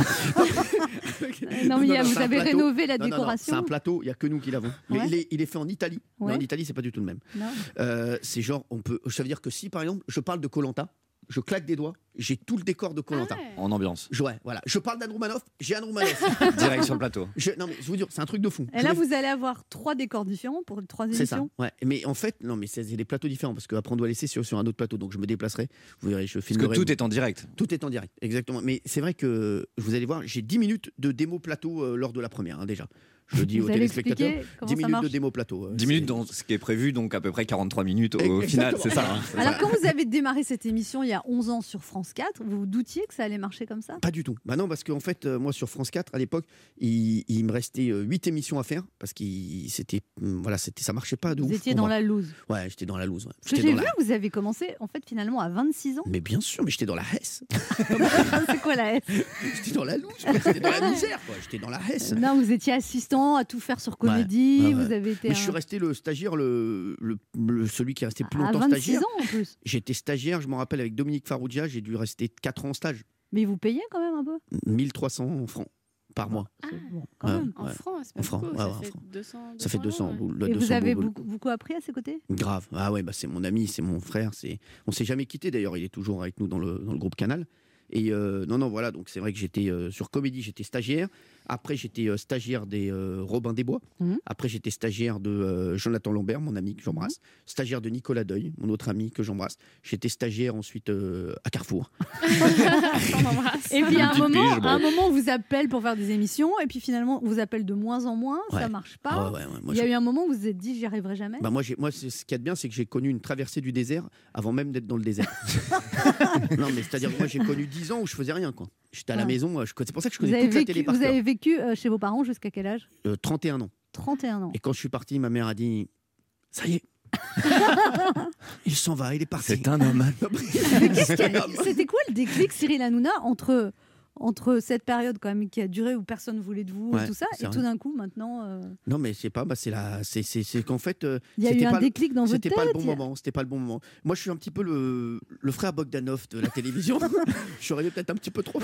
Non, mais il y a-
c'est
vous
un
avez
plateau-
rénové la
Non, non, non,
décoration.
C'est un plateau, il n'y a que nous qui l'avons. Mais
Ouais.
Il, est, il est fait en Italie. Mais
Ouais.
en Italie, c'est pas du tout le même.
Non.
Euh, c'est genre, on peut. Ça veut dire que si, par exemple, je parle de Colanta, je claque des doigts, j'ai tout le décor de Colanta.
En ambiance.
Ouais, voilà. Je parle d'Androumanov, j'ai Androumanov.
Direct sur le plateau.
Je- non, mais je vous dire, c'est un truc de fou.
Et
Je
là,
l'ai-
vous allez avoir trois décors différents pour trois
c'est ça.
émissions.
Ouais. Mais en fait, non, mais c'est c'est des plateaux différents parce qu'apprendre à laisser sur, sur un autre plateau, donc je me déplacerai. Vous verrez, je filmerai.
tout est en direct.
Tout est en direct, exactement. Mais c'est vrai que vous allez voir, j'ai 10 minutes de démo plateau euh, lors de la première, hein, déjà. Je le dis
Vous
aux
allez
téléspectateurs.
expliquer comment
10
ça
minutes de
marche
démo plateau. euh,
10 minutes, dans ce qui est prévu, donc à peu près 43 minutes au final, c'est ça. hein.
Alors, quand vous avez démarré cette émission il y a 11 ans sur France 4, vous vous doutiez que ça allait marcher comme ça
Pas du tout. Bah non, parce qu'en fait, euh, moi, sur France 4, à l'époque, il, il me restait 8 émissions à faire parce que c'était. hum, Voilà, c'était- ça marchait pas de
Vous
ouf
étiez
pour
dans
moi.
la loose.
Ouais, j'étais dans la loose. ouais.
Parce que
J'étais
j'ai
dans
vu,
la-
vous avez commencé, en fait, finalement, à 26 ans.
Mais bien sûr, mais j'étais dans la Hesse.
C'est quoi la S
J'étais dans la loose, quoi. j'étais dans la misère, quoi. J'étais dans la Hesse.
Non, vous étiez assistant à tout faire sur
Ouais,
comédie,
ouais, ouais.
vous avez été.
Mais je suis
un-
resté le stagiaire, le, le- le- celui qui est resté plus
à
longtemps
26
stagiaire.
Ah, ans en plus.
J'étais stagiaire, je m'en rappelle, avec Dominique Farrugia, j'ai dû rester 4 ans en stage.
Mais vous payez quand même un peu
1300 francs par mois.
Bon, quand
Ouais,
même.
En ouais. francs, c'est pas En francs, beaucoup, ouais, ça ouais, en fait francs.
200,
Ça fait 200 boules.
Et
200
vous avez
boules.
beaucoup, beaucoup appris à ses côtés
Grave. Ah ouais, bah c'est mon ami, c'est mon frère. C'est, on s'est jamais quitté d'ailleurs. Il est toujours avec nous dans le, dans le groupe Canal. Et euh, non, non, voilà. Donc c'est vrai que j'étais euh, sur comédie, j'étais stagiaire. Après j'étais euh, stagiaire des euh, Robin des Bois.
Mmh.
Après j'étais stagiaire de euh, Jonathan Lambert, mon ami que j'embrasse.
Mmh.
Stagiaire de Nicolas Deuil, mon autre ami que j'embrasse. J'étais stagiaire ensuite euh, à Carrefour.
Ah Et puis
Une
à un
petite
moment,
pige, bon.
à un moment, on vous appelle pour faire des émissions, et puis finalement, on vous appelle de moins en moins, ça
Ouais.
marche pas.
Ouais, ouais, ouais, moi,
Il y a
je-
eu un moment où vous vous êtes dit, j'y arriverai jamais.
Bah moi, j'ai- moi c'est- ce qu'il y a de bien, c'est que j'ai connu une traversée du désert avant même d'être dans le désert. non, mais c'est-à-dire que moi, j'ai connu 10 ans où je faisais rien, quoi. J'étais à la
Ouais.
maison, euh, je... c'est pour ça que je
vous
connais
avez
toute la télé
vécu,
par
vous
cœur.
avez vécu euh, chez vos parents jusqu'à quel âge
Euh, 31 ans.
31 ans.
Et quand je suis parti, ma mère a dit Ça y est. il s'en va, il est parti. C'est
un homme.
Mais qu'est-ce qu'il y a- C'était quoi le déclic, Cyril Hanouna, entre, entre cette période quand même qui a duré où personne ne voulait de vous
Ouais,
et tout ça,
c'est
et
vrai.
tout d'un coup maintenant. euh,
Non, mais c'est pas, bah, c'est la, c'est, c'est, c'est qu'en fait, euh,
Il y a
c'était
eu un
pas le-
déclic dans votre
C'était pas le bon
tête, il y a-
moment. C'était pas le bon moment. Moi, je suis un petit peu le, le frère Bogdanov de la télévision. je suis arrivé peut-être un petit peu trop,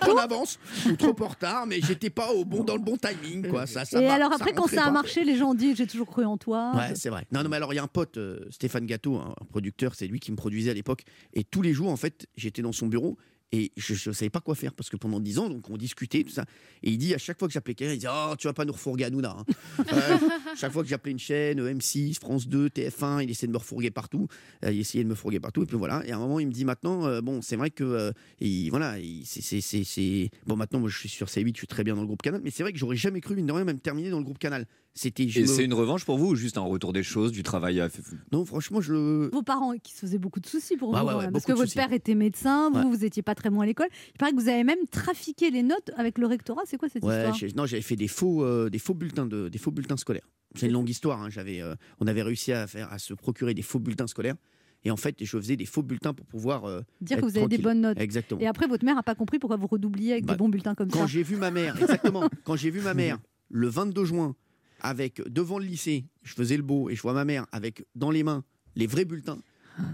trop en avance ou trop en retard, mais j'étais pas au bon dans le bon timing, quoi. Ça, ça
et
va-
alors après, quand
rentrait
ça a
pas.
marché, les gens ont dit j'ai toujours cru en toi.
Ouais, c'est vrai. Non, non, mais alors il y a un pote, euh, Stéphane Gâteau, un un producteur, c'est lui qui me produisait à l'époque. Et tous les jours, en fait, j'étais dans son bureau et je ne savais pas quoi faire parce que pendant 10 ans, donc on discutait, tout ça. Et il dit à chaque fois que j'appelais quelqu'un, il disait Oh, tu vas pas nous refourguer Hanouna. hein. Euh, chaque fois que j'appelais une chaîne, euh, M6, France 2, TF1, il essayait de me refourguer partout. Euh, il essayait de me fourguer partout. Et puis voilà. Et à un moment, il me dit Maintenant, euh, bon, c'est vrai que. euh, il- voilà, il- c'est- c'est- c'est. c'est- Bon, maintenant, moi, je suis sur C8, je suis très bien dans le groupe Canal. Mais c'est vrai que j'aurais jamais cru, mine de rien, même terminer dans le groupe Canal. C'était. je
Et
me-
c'est une revanche pour vous ou juste un retour des choses, du travail à...
Non, franchement, je le.
Vos parents qui se faisaient beaucoup de soucis pour
Ouais,
vous,
ouais,
quand
ouais,
même, parce
beaucoup
que
de
votre
soucis.
père était médecin, vous,
Ouais.
vous étiez pas très bon à l'école. Il paraît que vous avez même trafiqué les notes avec le rectorat. C'est quoi cette
Ouais,
histoire
j'ai- non, j'avais fait des faux, euh, des faux bulletins de, des faux bulletins scolaires. C'est une longue histoire. hein. J'avais, euh, on avait réussi à faire, à se procurer des faux bulletins scolaires. Et en fait, je faisais des faux bulletins pour pouvoir euh,
Dire que
être
vous avez des
tranquille.
bonnes notes.
Exactement.
Et après, votre mère a pas compris pourquoi vous redoubliez avec
Bah,
des bons bulletins comme
quand
ça.
j'ai vu ma mère, exactement, quand j'ai vu ma mère le 22 juin, avec devant le lycée, je faisais le beau et je vois ma mère avec dans les mains les vrais bulletins.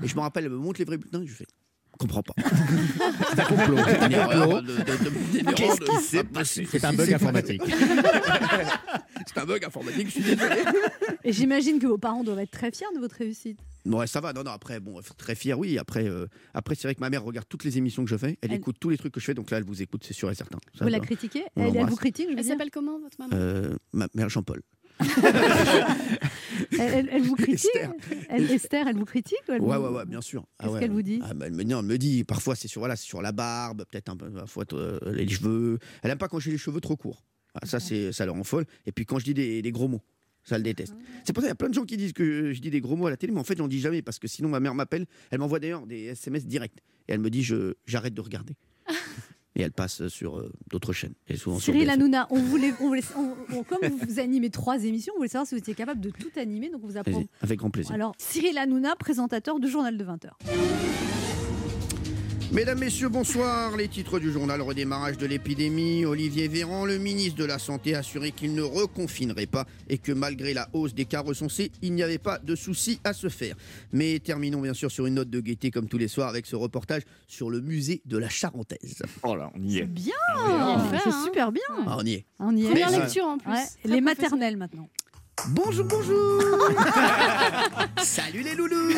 Et je me rappelle, elle me montre les vrais bulletins. Je fais, je comprends pas. C'est un complot.
C'est un complot.
Qu'est-ce qui s'est passé
C'est un bug informatique.
C'est un bug informatique. Je suis désolé.
Et j'imagine que vos parents doivent être très fiers de votre réussite.
Ouais, ça va. Non, non, après, bon, très fier, oui. Après, euh, après c'est vrai que ma mère regarde toutes les émissions que je fais. Elle,
Elle-
écoute tous les trucs que je fais. Donc là, elle vous écoute, c'est sûr et certain. Ça,
Vous la
bah,
critiquez
on
Elle, elle
l'embrasse.
vous critique, je veux
Elle
dire
s'appelle comment votre maman
Euh, ma mère Jean-Paul.
elle, elle- elle vous critique
Esther.
elle, Esther, elle vous critique ou elle
Ouais,
vous-
ouais, ouais, bien sûr.
Qu'est-ce qu'elle vous dit
Ah, bah, elle, me, non, elle me dit, parfois, c'est sur, voilà, c'est sur la barbe, peut-être un peu, parfois, euh, les cheveux. Elle aime pas quand j'ai les cheveux trop courts. Ah, ça, c'est, ça leur rend folle. Et puis quand je dis des, des gros mots. Ça le déteste.
Ah.
C'est pour ça qu'il y a plein de gens qui disent que je, je dis des gros mots à la télé, mais en fait, j'en dis jamais parce que sinon ma mère m'appelle. Elle m'envoie d'ailleurs des SMS directs et elle me dit je, j'arrête de regarder. et elle passe sur euh, d'autres chaînes. Et souvent sur
Cyril
BFM.
Hanouna, on voulait, on voulait- on- on- comme vous, vous animez trois émissions, on voulait savoir si vous étiez capable de tout animer, donc on vous apprend.
Plaisir. Avec grand plaisir.
Alors, Cyril Hanouna, présentateur du journal de 20h.
Mesdames, Messieurs, bonsoir. Les titres du journal redémarrage de l'épidémie. Olivier Véran, le ministre de la Santé, a assuré qu'il ne reconfinerait pas et que malgré la hausse des cas recensés, il n'y avait pas de souci à se faire. Mais terminons bien sûr sur une note de gaieté comme tous les soirs avec ce reportage sur le musée de la Charentaise.
Oh là, on y est.
Bien
Ah oui.
C'est super bien
Ah, on y est.
On y est.
Première Mais- lecture,
en plus. Très
Les maternelles maintenant.
Bonjour, bonjour Salut les loulous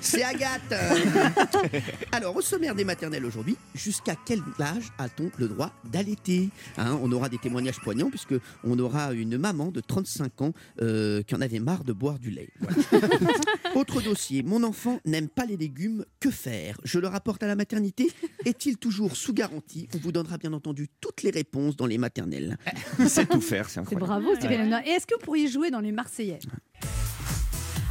C'est Agathe Alors, au sommaire des maternelles aujourd'hui, jusqu'à quel âge a-t-on le droit d'allaiter Hein, On aura des témoignages poignants puisque on aura une maman de 35 ans euh, qui en avait marre de boire du lait. Voilà. Autre dossier, mon enfant n'aime pas les légumes, que faire Je le rapporte à la maternité Est-il toujours sous garantie On vous donnera bien entendu toutes les réponses dans les maternelles.
Il sait tout faire, c'est
C'est
incroyable.
bravo, Cyril Hanouna. Et est-ce que vous pourriez jouer dans les Marseillais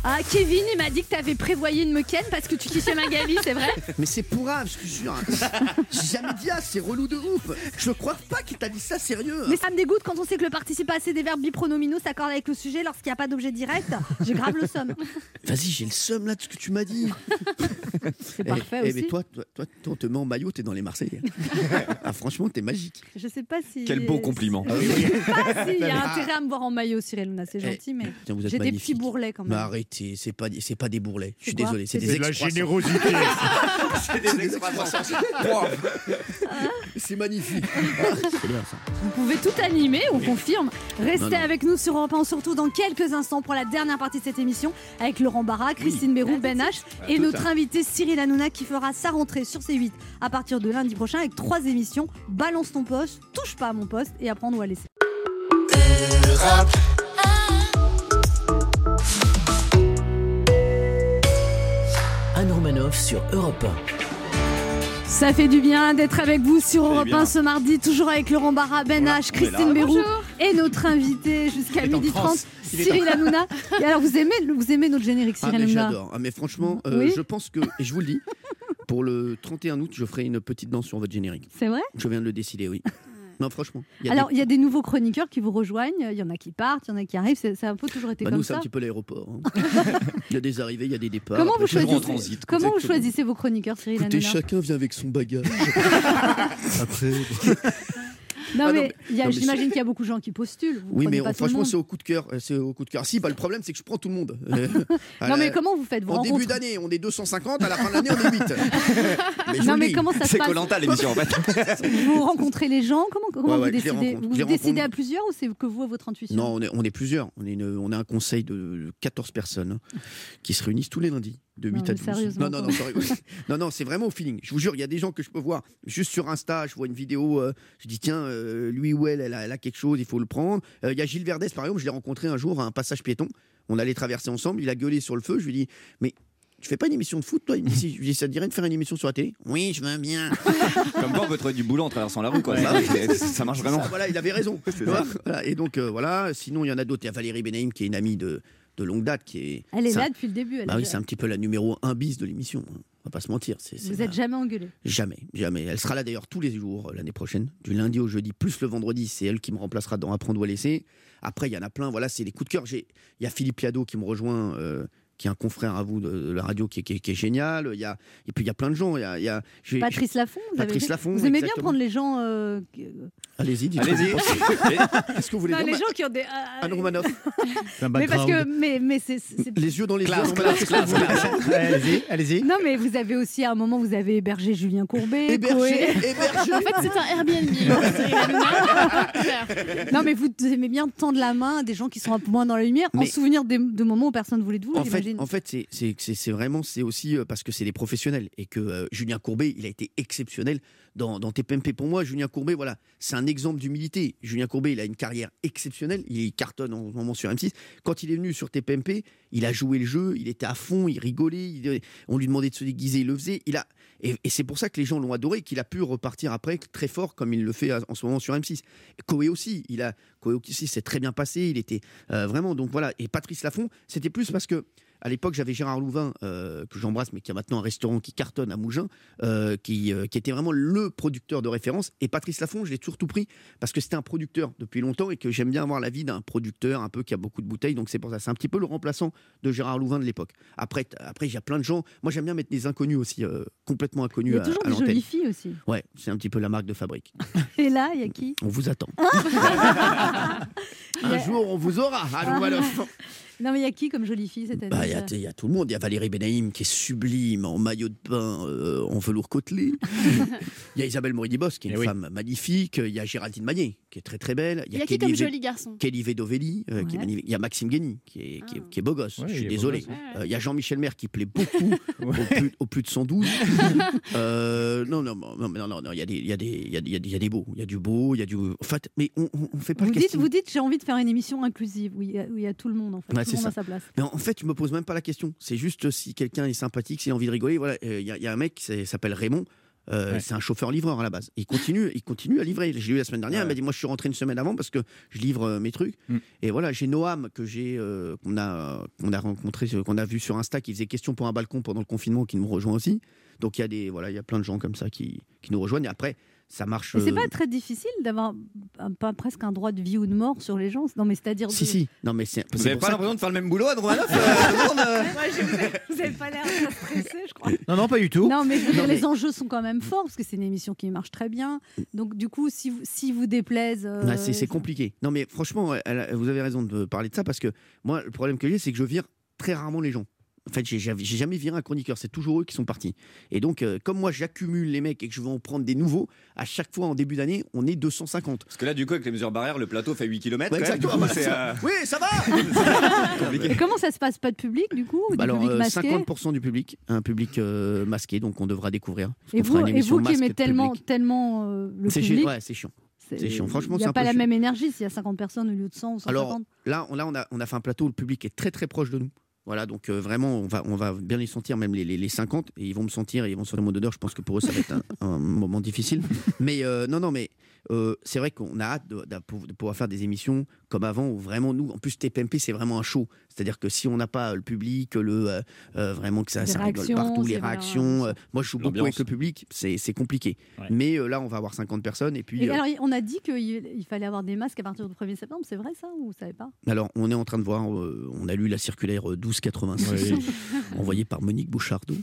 Ah, Kevin, il m'a dit que t'avais prévoyé de me ken parce que tu kiffais Magali, c'est vrai
Mais c'est pour grave, je te jure. J'ai jamais dit ah, c'est relou de ouf. Je crois pas qu'il t'a dit ça sérieux.
Mais ça me dégoûte quand on sait que le participe passé des verbes bipronominaux s'accorde avec le sujet lorsqu'il n'y a pas d'objet direct. J'ai grave le somme.
Vas-y, j'ai le seum là de ce que tu m'as dit.
C'est
Eh,
parfait
eh,
aussi.
mais toi, toi, toi, toi, on te met en maillot, t'es dans les Marseillais. ah, franchement, t'es magique.
Je sais pas si.
Quel beau compliment.
Je sais pas s'il y a
Ah.
intérêt à me voir en maillot, Cyril Hanouna, c'est
Eh,
gentil, mais
Tiens, vous êtes
j'ai des
magnifique. Bah,
petits bourrelets quand
Mais
même.
arrêtez, c'est pas, des- c'est pas des bourrelets. Je suis
quoi
désolé, c'est
C'est
des
de la
excroissances.
générosité.
c'est des excroissances. Wow.
Hein
C'est magnifique. Ah, c'est bien ça.
Vous pouvez tout animer, on confirme. Restez
Non, non.
avec nous sur Europe 1, surtout dans quelques instants pour la dernière partie de cette émission avec Laurent Barra, Christine Bérou, Ben H
Ah,
et
tout
notre
ça.
invité Cyril Hanouna qui fera sa rentrée sur C8 à partir de lundi prochain avec trois émissions Balance ton poste, Touche pas à mon poste et Apprendre ou à laisser.
Anne Romanoff sur Europe
Ça fait du bien d'être avec vous sur Europe
bien.
1 ce mardi, toujours avec Laurent Barra, Ben
Voilà,
H,
on est là.
Christine Bérou
Bonjour.
et notre invité jusqu'à
Il est en
12h30,
France. Il est en-
Cyril Hanouna. Et alors vous aimez, vous aimez notre générique
Ah,
Cyril
mais
Hanouna
j'adore. Ah, mais franchement, euh,
Oui.
je pense que, et je vous le dis, pour le 31 août, je ferai une petite danse sur votre générique.
C'est vrai
Je viens de le décider, oui. Non, franchement. il y a
Alors,
des-
il y a des nouveaux chroniqueurs qui vous rejoignent, il y en a qui partent, il y en a qui arrivent, c'est ça a un peu toujours été
Bah,
comme
nous, c'est
ça.
un petit peu l'aéroport. hein. il y a des arrivées, il y a des départs.
Comment,
après,
vous
toujours en
choisissez,
transit,
comment vous
exactement.
choisissez vos chroniqueurs, Cyril
Écoutez,
Hanouna
chacun vient avec son bagage. Après.
Non,
Ah, non,
mais, il y a-
non, mais
j'imagine qu'il y a beaucoup de gens qui postulent. vous
Oui,
prenez
mais on-
pas tout le
franchement,
monde.
c'est au coup de cœur. euh, C'est au coup de cœur. Si, bah, le problème, c'est que je prends tout le monde. Euh, à
Non,
la-
mais comment vous faites vous
En début
rencontrez-
d'année, on est 250, à la fin de l'année, on est 8. je
Non,
vous le
mais
dis.
comment ça se C'est passe Koh-Lanta, l'émission, en
fait.
Vous rencontrez les gens Comment, comment
Ouais,
vous
ouais, je les
décidez
rencontre,
Vous
je les
décidez
rencontre.
à plusieurs ou c'est que vous à votre intuition
Non, on est, on est plusieurs. On, est une- on a un conseil de- de 14 personnes hein, qui se réunissent tous les lundis, de 8
Non,
à
mais
12.
sérieusement,
Non, non,
quoi.
non, sorry. non, non, c'est vraiment au feeling. Je vous jure, il y a des gens que je peux voir juste sur Insta, je vois une vidéo, euh, je dis tiens, euh, lui ou elle, elle a, elle a quelque chose, il faut le prendre. Euh, Il y a Gilles Verdès, par exemple, je l'ai rencontré un jour à un passage piéton. On allait traverser ensemble, il a gueulé sur le feu, je lui dis mais. Tu fais pas une émission de foot, toi Il me dit, si. Je lui dis, ça te dirait de faire une émission sur la télé Oui, je veux bien.
Comme quoi, on peut trouver du boulot en traversant la rue, quoi.
Bah oui.
C'est- Ça marche vraiment.
Ça, voilà, il avait raison. Voilà, voilà. Et donc, euh, voilà. Sinon, il y en a d'autres. Il y a Valérie Benaïm, qui est une amie de, de longue date. Qui est,
Elle est
c'est
là
un-
depuis le début. elle
Bah
est-
oui, c'est un petit peu la numéro 1 bis de l'émission. hein. On va pas se mentir. C'est, c'est-
Vous êtes jamais engueulé.
Jamais, jamais. Elle sera là d'ailleurs tous les jours euh, l'année prochaine, du lundi au jeudi, plus le vendredi. C'est elle qui me remplacera dans Apprendre ou à laisser. Après, il y en a plein. Voilà, c'est les coups de cœur. J'ai- Il y a Philippe Liado qui me rejoint. euh, qui est un confrère à vous de, de la radio qui est, qui est- qui est génial. Il y a, et puis il y a plein de gens. Il y a, il y a- j'ai-
Patrice
j'ai-
Laffont, vous, avez
Patrice
dit-
Laffont,
vous aimez bien
exactement.
prendre les gens. euh, qui-
Allez-y, dites-moi.
Allez-y.
Est-ce que vous voulez
Non,
dire
les
Ma- Ah,
gens qui ont des. euh,
Anne Romanoff.
mais parce que. Mais, mais c'est- c'est- c'est-
Les yeux dans les
Classe,
yeux.
classe, classe, classe. Ouais, allez-y, allez-y.
Non, mais vous avez aussi, à un moment, vous avez hébergé Julien Courbet.
Hébergé,
Coé.
hébergé.
En fait, c'est un Airbnb. Cyril Hanouna.
Non, mais vous aimez bien tendre la main à des gens qui sont un peu moins dans la lumière, en
Mais-
souvenir des- de moments où personne voulait de vous,
En fait,
j'imagine.
en fait, c'est- c'est c'est- c'est vraiment c'est aussi euh, parce que c'est des professionnels et que euh, Julien Courbet, il a été exceptionnel dans, dans TPMP. Pour moi, Julien Courbet, voilà, c'est un exemple d'humilité. Julien Courbet, il a une carrière exceptionnelle. Il cartonne en ce moment sur M6. Quand il est venu sur TPMP, il a joué le jeu, il était à fond, il rigolait. il- euh, on lui demandait de se déguiser, il le faisait. Il a et, et c'est pour ça que les gens l'ont adoré, qu'il a pu repartir après très fort comme il le fait à- en ce moment sur M6. Koé aussi, il a Koé aussi s'est très bien passé, il était euh, vraiment donc voilà. Et Patrice Laffont, c'était plus parce que à l'époque j'avais Gérard Louvain euh, que j'embrasse, mais qui a maintenant un restaurant qui cartonne à Mougins, euh, qui, euh, qui était vraiment le producteur de référence. Et Patrice Laffont, je l'ai surtout pris parce que c'était un producteur depuis longtemps et que j'aime bien avoir l'avis d'un producteur un peu qui a beaucoup de bouteilles. Donc c'est pour ça, c'est un petit peu le remplaçant de Gérard Louvain de l'époque. Après, t- après il y a plein de gens. Moi j'aime bien mettre des inconnus aussi, euh, complètement inconnus
Il y a
à-
toujours
euh, à,
des
l'antenne.
jolies filles aussi.
Ouais, c'est un petit peu la marque de fabrique.
Et là, il y a qui
On vous attend.
Il
Un
y a-
jour, on vous aura. à Louvain-le-Franc.
Ah. Non, mais il y a qui comme jolie fille cette année euh
Bah, Il y a- il y, a tout le monde. Il y a Valérie Benaïm qui est sublime en maillot de bain, euh, en velours côtelé. Il y a Isabelle Moridibos qui est
Eh
une femme magnifique. Il y a Géraldine Maillet qui est très très belle.
Il y a qui
Kelly
comme
Ve-
joli garçon
Kelly Vedovelli, euh, qui est
Ouais.
magnifique. Il y a Maxime Guény qui est, qui, est, qui est beau gosse.
Ouais,
Je
il
suis
est beau
désolé.
gosse.
Euh, Il y a Jean-Michel Maire qui plaît beaucoup au, plus, au plus de 112. Euh, non, non, non, non, non, non, il y a des- il y a des- il y a des- il y a des- il y a des beaux. Il y a du beau, il y a du. En fait, mais on, on- on fait pas
Vous
le
dites,
casting.
vous dites, j'ai envie de faire une émission inclusive où il y a, où il y a tout le monde en fait,
Ouais,
tout
c'est
le monde
ça.
à sa place.
Mais en en fait, je me pose même pas la question. C'est juste si quelqu'un est sympathique, s'il a envie de rigoler. Voilà, il y, a- y a un mec qui s'appelle Raymond. euh, C'est un chauffeur-livreur à la base. Il continue, il continue à livrer. J'ai lu la semaine dernière. Il m'a dit moi je suis rentré une semaine avant parce que je livre euh, mes trucs.
Mm.
Et voilà, j'ai Noam que j'ai euh, qu'on a qu'on a rencontré, euh, qu'on a vu sur Insta qui faisait question pour un balcon pendant le confinement, qui nous rejoint aussi. Donc il y a des voilà, il y a plein de gens comme ça qui qui nous rejoignent. Et après ça marche.
Mais c'est
euh,
pas très difficile d'avoir un- pas presque un droit de vie ou de mort sur les gens. Non, mais c'est-à-dire.
Si
de-
si. Non mais c'est.
Vous
c'est
avez
pour
pas
ça-
l'impression de faire le même boulot à Romanoff
euh,
Ouais, je- vous avez- vous n'avez pas l'air très stressé, je crois.
Non, non, pas du tout.
Non, mais, je veux dire,
Non, mais-
les enjeux sont quand même forts parce que c'est une émission qui marche très bien. Donc, du coup, si vous, si vous déplaise. euh,
Ouais, Bah, c'est- c'est compliqué. Non, mais franchement, elle a- vous avez raison de parler de ça parce que moi, le problème que j'ai, c'est que je vire très rarement les gens. En fait, j'ai j'ai- j'ai jamais viré un chroniqueur, c'est toujours eux qui sont partis. Et donc, euh, comme moi, j'accumule les mecs et que je vais en prendre des nouveaux, à chaque fois en début d'année, on est 250.
Parce que là, du coup, avec les mesures barrières, le plateau fait 8 km.
Ouais, exactement, voilà,
c'est
ça.
euh,
Oui, ça va
Et Ah, comment ça se passe Pas de public, du coup ou
Bah
du
alors,
public
euh,
masqué
50% du public, un public euh, masqué, donc on devra découvrir. Parce
Et
qu'on fera
vous,
une
et
émission
vous qui
masque
aimez
public.
tellement, tellement euh, le
C'est
public. euh,
chiant, ouais, c'est chiant. C'est chiant. Franchement,
il n'y
c'est un
a
peu
pas la
chiant.
même énergie s'il y a 50 personnes au lieu de 100 ou 150.
Alors là, on, là on, a, on a fait un plateau où le public est très très proche de nous. Voilà, donc euh, vraiment, on va, on va bien les sentir, même les, les, les 50, et ils vont me sentir, et ils vont sentir mon odeur. Je pense que pour eux, ça va être un, un moment difficile. Mais euh, non, non, mais euh, c'est vrai qu'on a hâte de, de- de pouvoir faire des émissions comme avant, où vraiment, nous, en plus, TPMP, c'est vraiment un show. C'est-à-dire que si on n'a pas le public, le, euh, euh, vraiment que ça,
Les
ça rigole
réactions,
partout, les
c'est bien.
réactions. euh, moi, je joue beaucoup
L'ambiance.
avec le public, c'est c'est compliqué.
Ouais.
Mais euh, là, on va avoir 50 personnes, et puis.
Et
euh,
alors, on a dit qu'il il fallait avoir des masques à partir du 1er septembre, c'est vrai ça ou vous savez pas
Alors, on est en train de voir, euh, on a lu la circulaire euh, 1286,
Oui.
envoyée par Monique Bouchardot,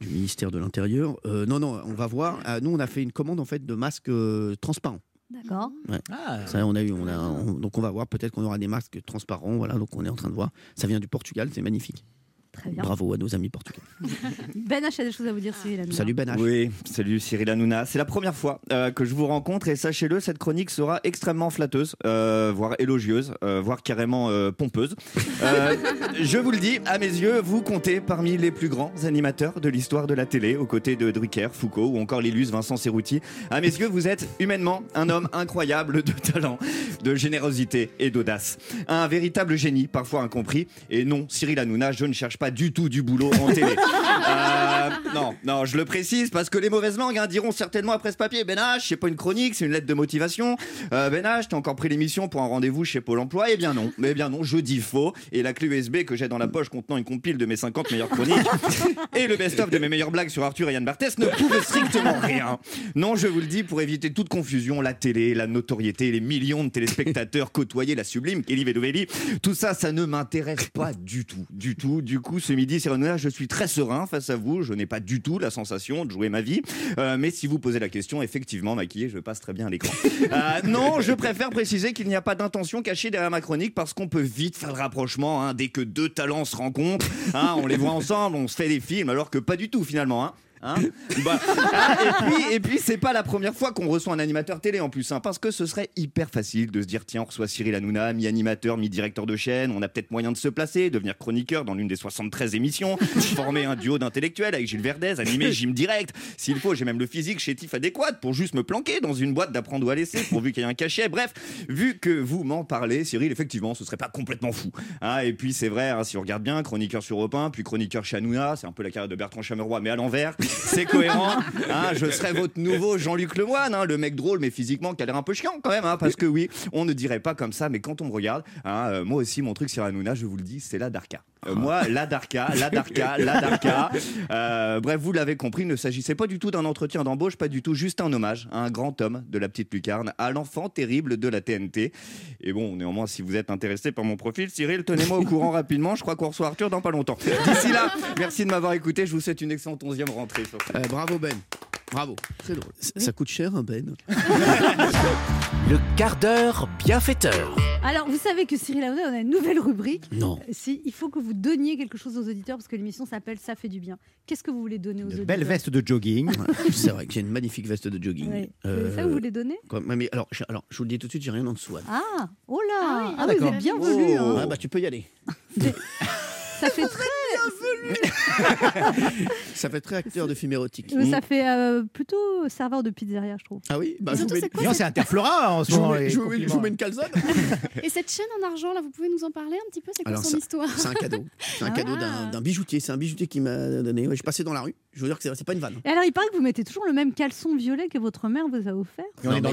du ministère de l'Intérieur. Euh, non, non, on va voir. Ah, nous, on a fait une commande en fait de masques euh, transparents.
D'accord.
Ouais. Ça, on a eu, on a, on- donc on va voir. Peut-être qu'on aura des masques transparents. Voilà, donc on est en train de voir. Ça vient du Portugal, c'est magnifique.
Très bien.
Bravo à nos amis portugais.
Ben H a des choses à vous dire, Cyril. Hanouna.
Oui, salut Cyril Hanouna. C'est la première fois euh, que je vous rencontre et sachez-le, cette chronique sera extrêmement flatteuse, euh, voire élogieuse, euh, voire carrément euh, pompeuse. Euh, je vous le dis, à mes yeux, vous comptez parmi les plus grands animateurs de l'histoire de la télé, aux côtés de Drucker, Foucault ou encore l'illustre Vincent Cerruti. À mes yeux, vous êtes humainement un homme incroyable de talent, de générosité et d'audace. Un véritable génie, parfois incompris. Et non, Cyril Hanouna, je ne cherche pas du tout du boulot en télé. Euh, non, non, je le précise parce que les mauvaises langues hein, diront certainement après ce papier Ben H, c'est pas une chronique, c'est une lettre de motivation. Euh, ben H, t'as encore pris l'émission pour un rendez-vous chez Pôle emploi Eh bien non, mais bien non, je dis faux. Et la clé USB que j'ai dans la poche contenant une compile de mes 50 meilleures chroniques et le best-of de mes meilleures blagues sur Arthur et Yann Barthès ne prouvent strictement rien. Non, je vous le dis, pour éviter toute confusion, la télé, la notoriété, les millions de téléspectateurs côtoyés, la sublime Kelly Vedovelli, tout ça, ça ne m'intéresse pas du tout, du tout. Du coup, ce midi, Cyrano, je suis très serein face à vous. Je n'ai pas du tout la sensation de jouer ma vie. Euh, mais si vous posez la question, effectivement, maquillé, je passe très bien à l'écran. Euh, non, je préfère préciser qu'il n'y a pas d'intention cachée derrière ma chronique parce qu'on peut vite faire le rapprochement hein, dès que deux talents se rencontrent. hein, on les voit ensemble, on se fait des films, alors que pas du tout finalement. hein. Hein Bah, ah, et puis, et puis c'est pas la première fois qu'on reçoit un animateur télé en plus, hein, parce que ce serait hyper facile de se dire tiens, on reçoit Cyril Hanouna, mi-animateur, mi-directeur de chaîne, on a peut-être moyen de se placer, devenir chroniqueur dans l'une des 73 émissions, former un duo d'intellectuels avec Gilles Verdez, animer Gym Direct. S'il faut, j'ai même le physique chétif adéquat pour juste me planquer dans une boîte d'apprendre où à laisser, pourvu qu'il y ait un cachet. Bref, vu que vous m'en parlez, Cyril, effectivement, ce serait pas complètement fou. hein. et puis c'est vrai, hein, si on regarde bien, chroniqueur sur Europe 1, puis chroniqueur chez Hanouna, c'est un peu la carrière de Bertrand Chameroy, mais à l'envers. C'est cohérent. hein. je serais votre nouveau Jean-Luc Lemoine, hein, le mec drôle, mais physiquement qui a l'air un peu chiant quand même. hein, parce que oui, on ne dirait pas comme ça, mais quand on me regarde, hein, euh, moi aussi, mon truc sur Hanouna, je vous le dis, c'est la Darka. Euh, moi, la Darka, la Darka, la Darka. Euh, bref, vous l'avez compris, il ne s'agissait pas du tout d'un entretien d'embauche, pas du tout, juste un hommage à un grand homme de la petite lucarne, à l'enfant terrible de la TNT. Et bon, néanmoins, si vous êtes intéressé par mon profil, Cyril, tenez-moi au courant rapidement. Je crois qu'on reçoit Arthur dans pas longtemps. D'ici là, merci de m'avoir écouté. Je vous souhaite une excellente 11e rentrée. sur ce-
Euh, bravo Ben. Bravo. Très drôle. Ça, ça coûte cher un Ben.
Le quart d'heure bienfaiteur.
Alors, vous savez que Cyril Hanouna, on a une nouvelle rubrique. Euh,
Non.
Si, il faut que vous donniez quelque chose aux auditeurs parce que l'émission s'appelle Ça fait du bien. Qu'est-ce que vous voulez donner aux auditeurs
Belle veste de jogging. C'est vrai qu'il y a une magnifique veste de jogging.
Ouais.
Euh,
C'est ça que vous voulez donner
quand- mais- mais alors, je, alors, je vous le dis tout de suite, j'ai rien en dessous. Anne.
Ah, oh là Ah, vous
d'accord.
êtes bien venu.
Oh.
hein.
Ah, bah, tu peux y aller.
Ça fait très.
Ça fait très acteur de film érotique. Mmh.
Euh, Ça fait euh, plutôt serveur de pizzeria, je trouve.
Ah oui
Et surtout, c'est quoi
Non,
cette-
c'est Interflora en ce
Je vous
moment.
mets-
les
je vous mets- je vous mets une calzone.
Et cette chaîne en argent, là, vous pouvez nous en parler un petit peu C'est quoi
Alors,
son
ça-
histoire
C'est un cadeau. C'est un
Ah.
cadeau d'un d'un bijoutier. C'est un bijoutier qui m'a donné. Ouais, je passais dans la rue. Je veux dire que c'est c'est pas une vanne.
Et alors, il paraît que vous mettez toujours le même caleçon violet que votre mère vous a offert.
Non, mais
là.
non,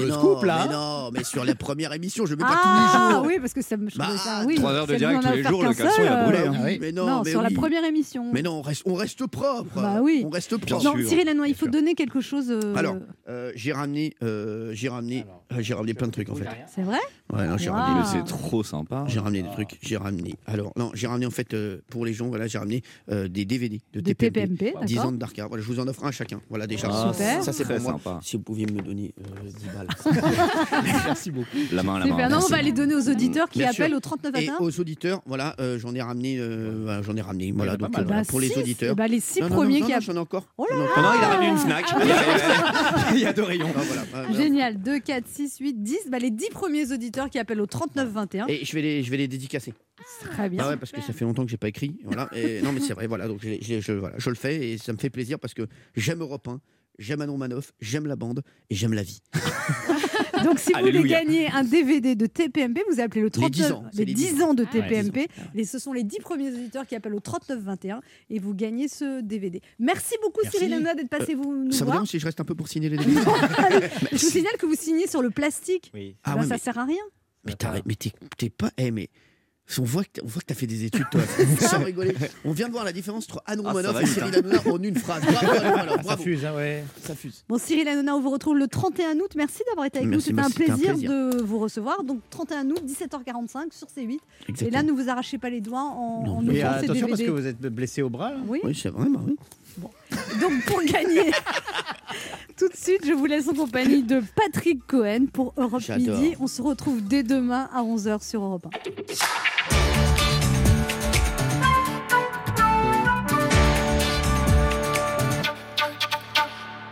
Mais non, mais sur la première émission, je mets pas tous les
Ah
jours.
oui, parce que ça me je
Bah,
trouvais ça- oui,
trois heures de
celle où
direct
on en a
tous les
offert
jours, le
qu'un
caleçon, il a
seul,
brûlé,
euh,
hein. Oui. Mais non, mais
sur
oui.
la première émission.
Mais non, on reste, on reste propre.
Mm. Bah oui.
On reste propre.
Non, Cyril Hanois, il faut donner quelque chose. euh,
Alors, euh, j'ai ramené, euh, j'ai ramené, euh, j'ai ramené plein de trucs en fait.
C'est vrai
Ouais, non, j'ai
Wow.
ramené.
Mais c'est
trop sympa. J'ai ramené des trucs. J'ai ramené. Alors, non, j'ai ramené en fait euh, pour les gens. Voilà, j'ai ramené euh, des DVD de
Des
TPMP,
TPMP, d'accord.
10 ans de Darka. Voilà, je vous en offre un à chacun. Voilà déjà.
Ah, Super.
Ça c'est
Très
pour moi.
sympa.
Si vous pouviez me donner euh, 10 balles. Merci beaucoup.
La main, la
c'est
main.
bien. Non,
Hein,
on
Merci.
va les donner aux auditeurs qui
Bien sûr.
appellent au 39
Et
à
aux auditeurs, voilà, euh, j'en ai ramené, euh, voilà, j'en ai ramené, voilà, donc
mal.
euh, voilà,
Bah,
pour les
six.
auditeurs.
Eh bah, les six
Non, non,
premiers
non,
qui
non,
a-
j'en ai encore.
Oh là
J'en ai encore.
Ah non, il a ramené une Fnac. il y a deux rayons.
Ah, voilà, voilà.
Génial. 2, 4, 6, 8, 10. Bah, les 10 premiers auditeurs qui appellent au 39 21.
Et je vais les, je vais les dédicacer.
hein. Très bien.
Ah ouais, parce que ça fait longtemps que j'ai pas écrit. Voilà. Et non, mais c'est vrai. Voilà, donc je, l'ai- je l'ai- je- voilà, je le fais et ça me fait plaisir parce que j'aime Europe 1, j'aime Manon Manoff, j'aime la bande et j'aime la vie.
Donc, si vous voulez
Alléluia.
gagner un DVD de TPMP, vous appelez le 39,
10 ans, c'est
les
les
10
10
ans de
ans. Ah ouais,
TPMP. Les- ce sont les 10 premiers auditeurs qui appellent au 3921 et vous gagnez ce DVD. Merci beaucoup,
Merci.
Cyril Hanouna, d'être passé
Euh,
vous nous
Ça vous
voir.
dérange si je reste un peu pour signer les DVD
Je vous signale que vous signez sur le plastique.
Ah
Ben,
ouais,
ça
mais-
sert à rien.
Mais t'arrêtes, mais t'es t'es pas. Eh, mais. On voit, que, t'as- on voit que t'as fait des études, toi. Sans rigoler. On vient de voir la différence entre Anne
Ah, ça
Romanoff
va
et
vite,
Cyril
hein.
Hanouna en une phrase. Bravo, Anne Romanoff,
Ça
bravo.
fuse, hein, ouais. Ça fuse.
Bon, Cyril Hanouna, on vous retrouve le 31 août. Merci d'avoir été avec
Merci,
nous.
merci,
C'était
c'était
un,
un
plaisir de vous recevoir. Donc, 31 août, 17h45 sur C8. Et
Exactement.
là, ne vous arrachez pas les doigts en, en ouvrant
Mais
ces
attention parce
DVD.
que vous êtes blessé au bras. là.
Oui.
c'est vrai, bah oui.
Donc, pour gagner, tout de suite, je vous laisse en compagnie de Patrick Cohen pour Europe
J'adore.
Midi. On se retrouve dès demain à 11h sur Europe 1.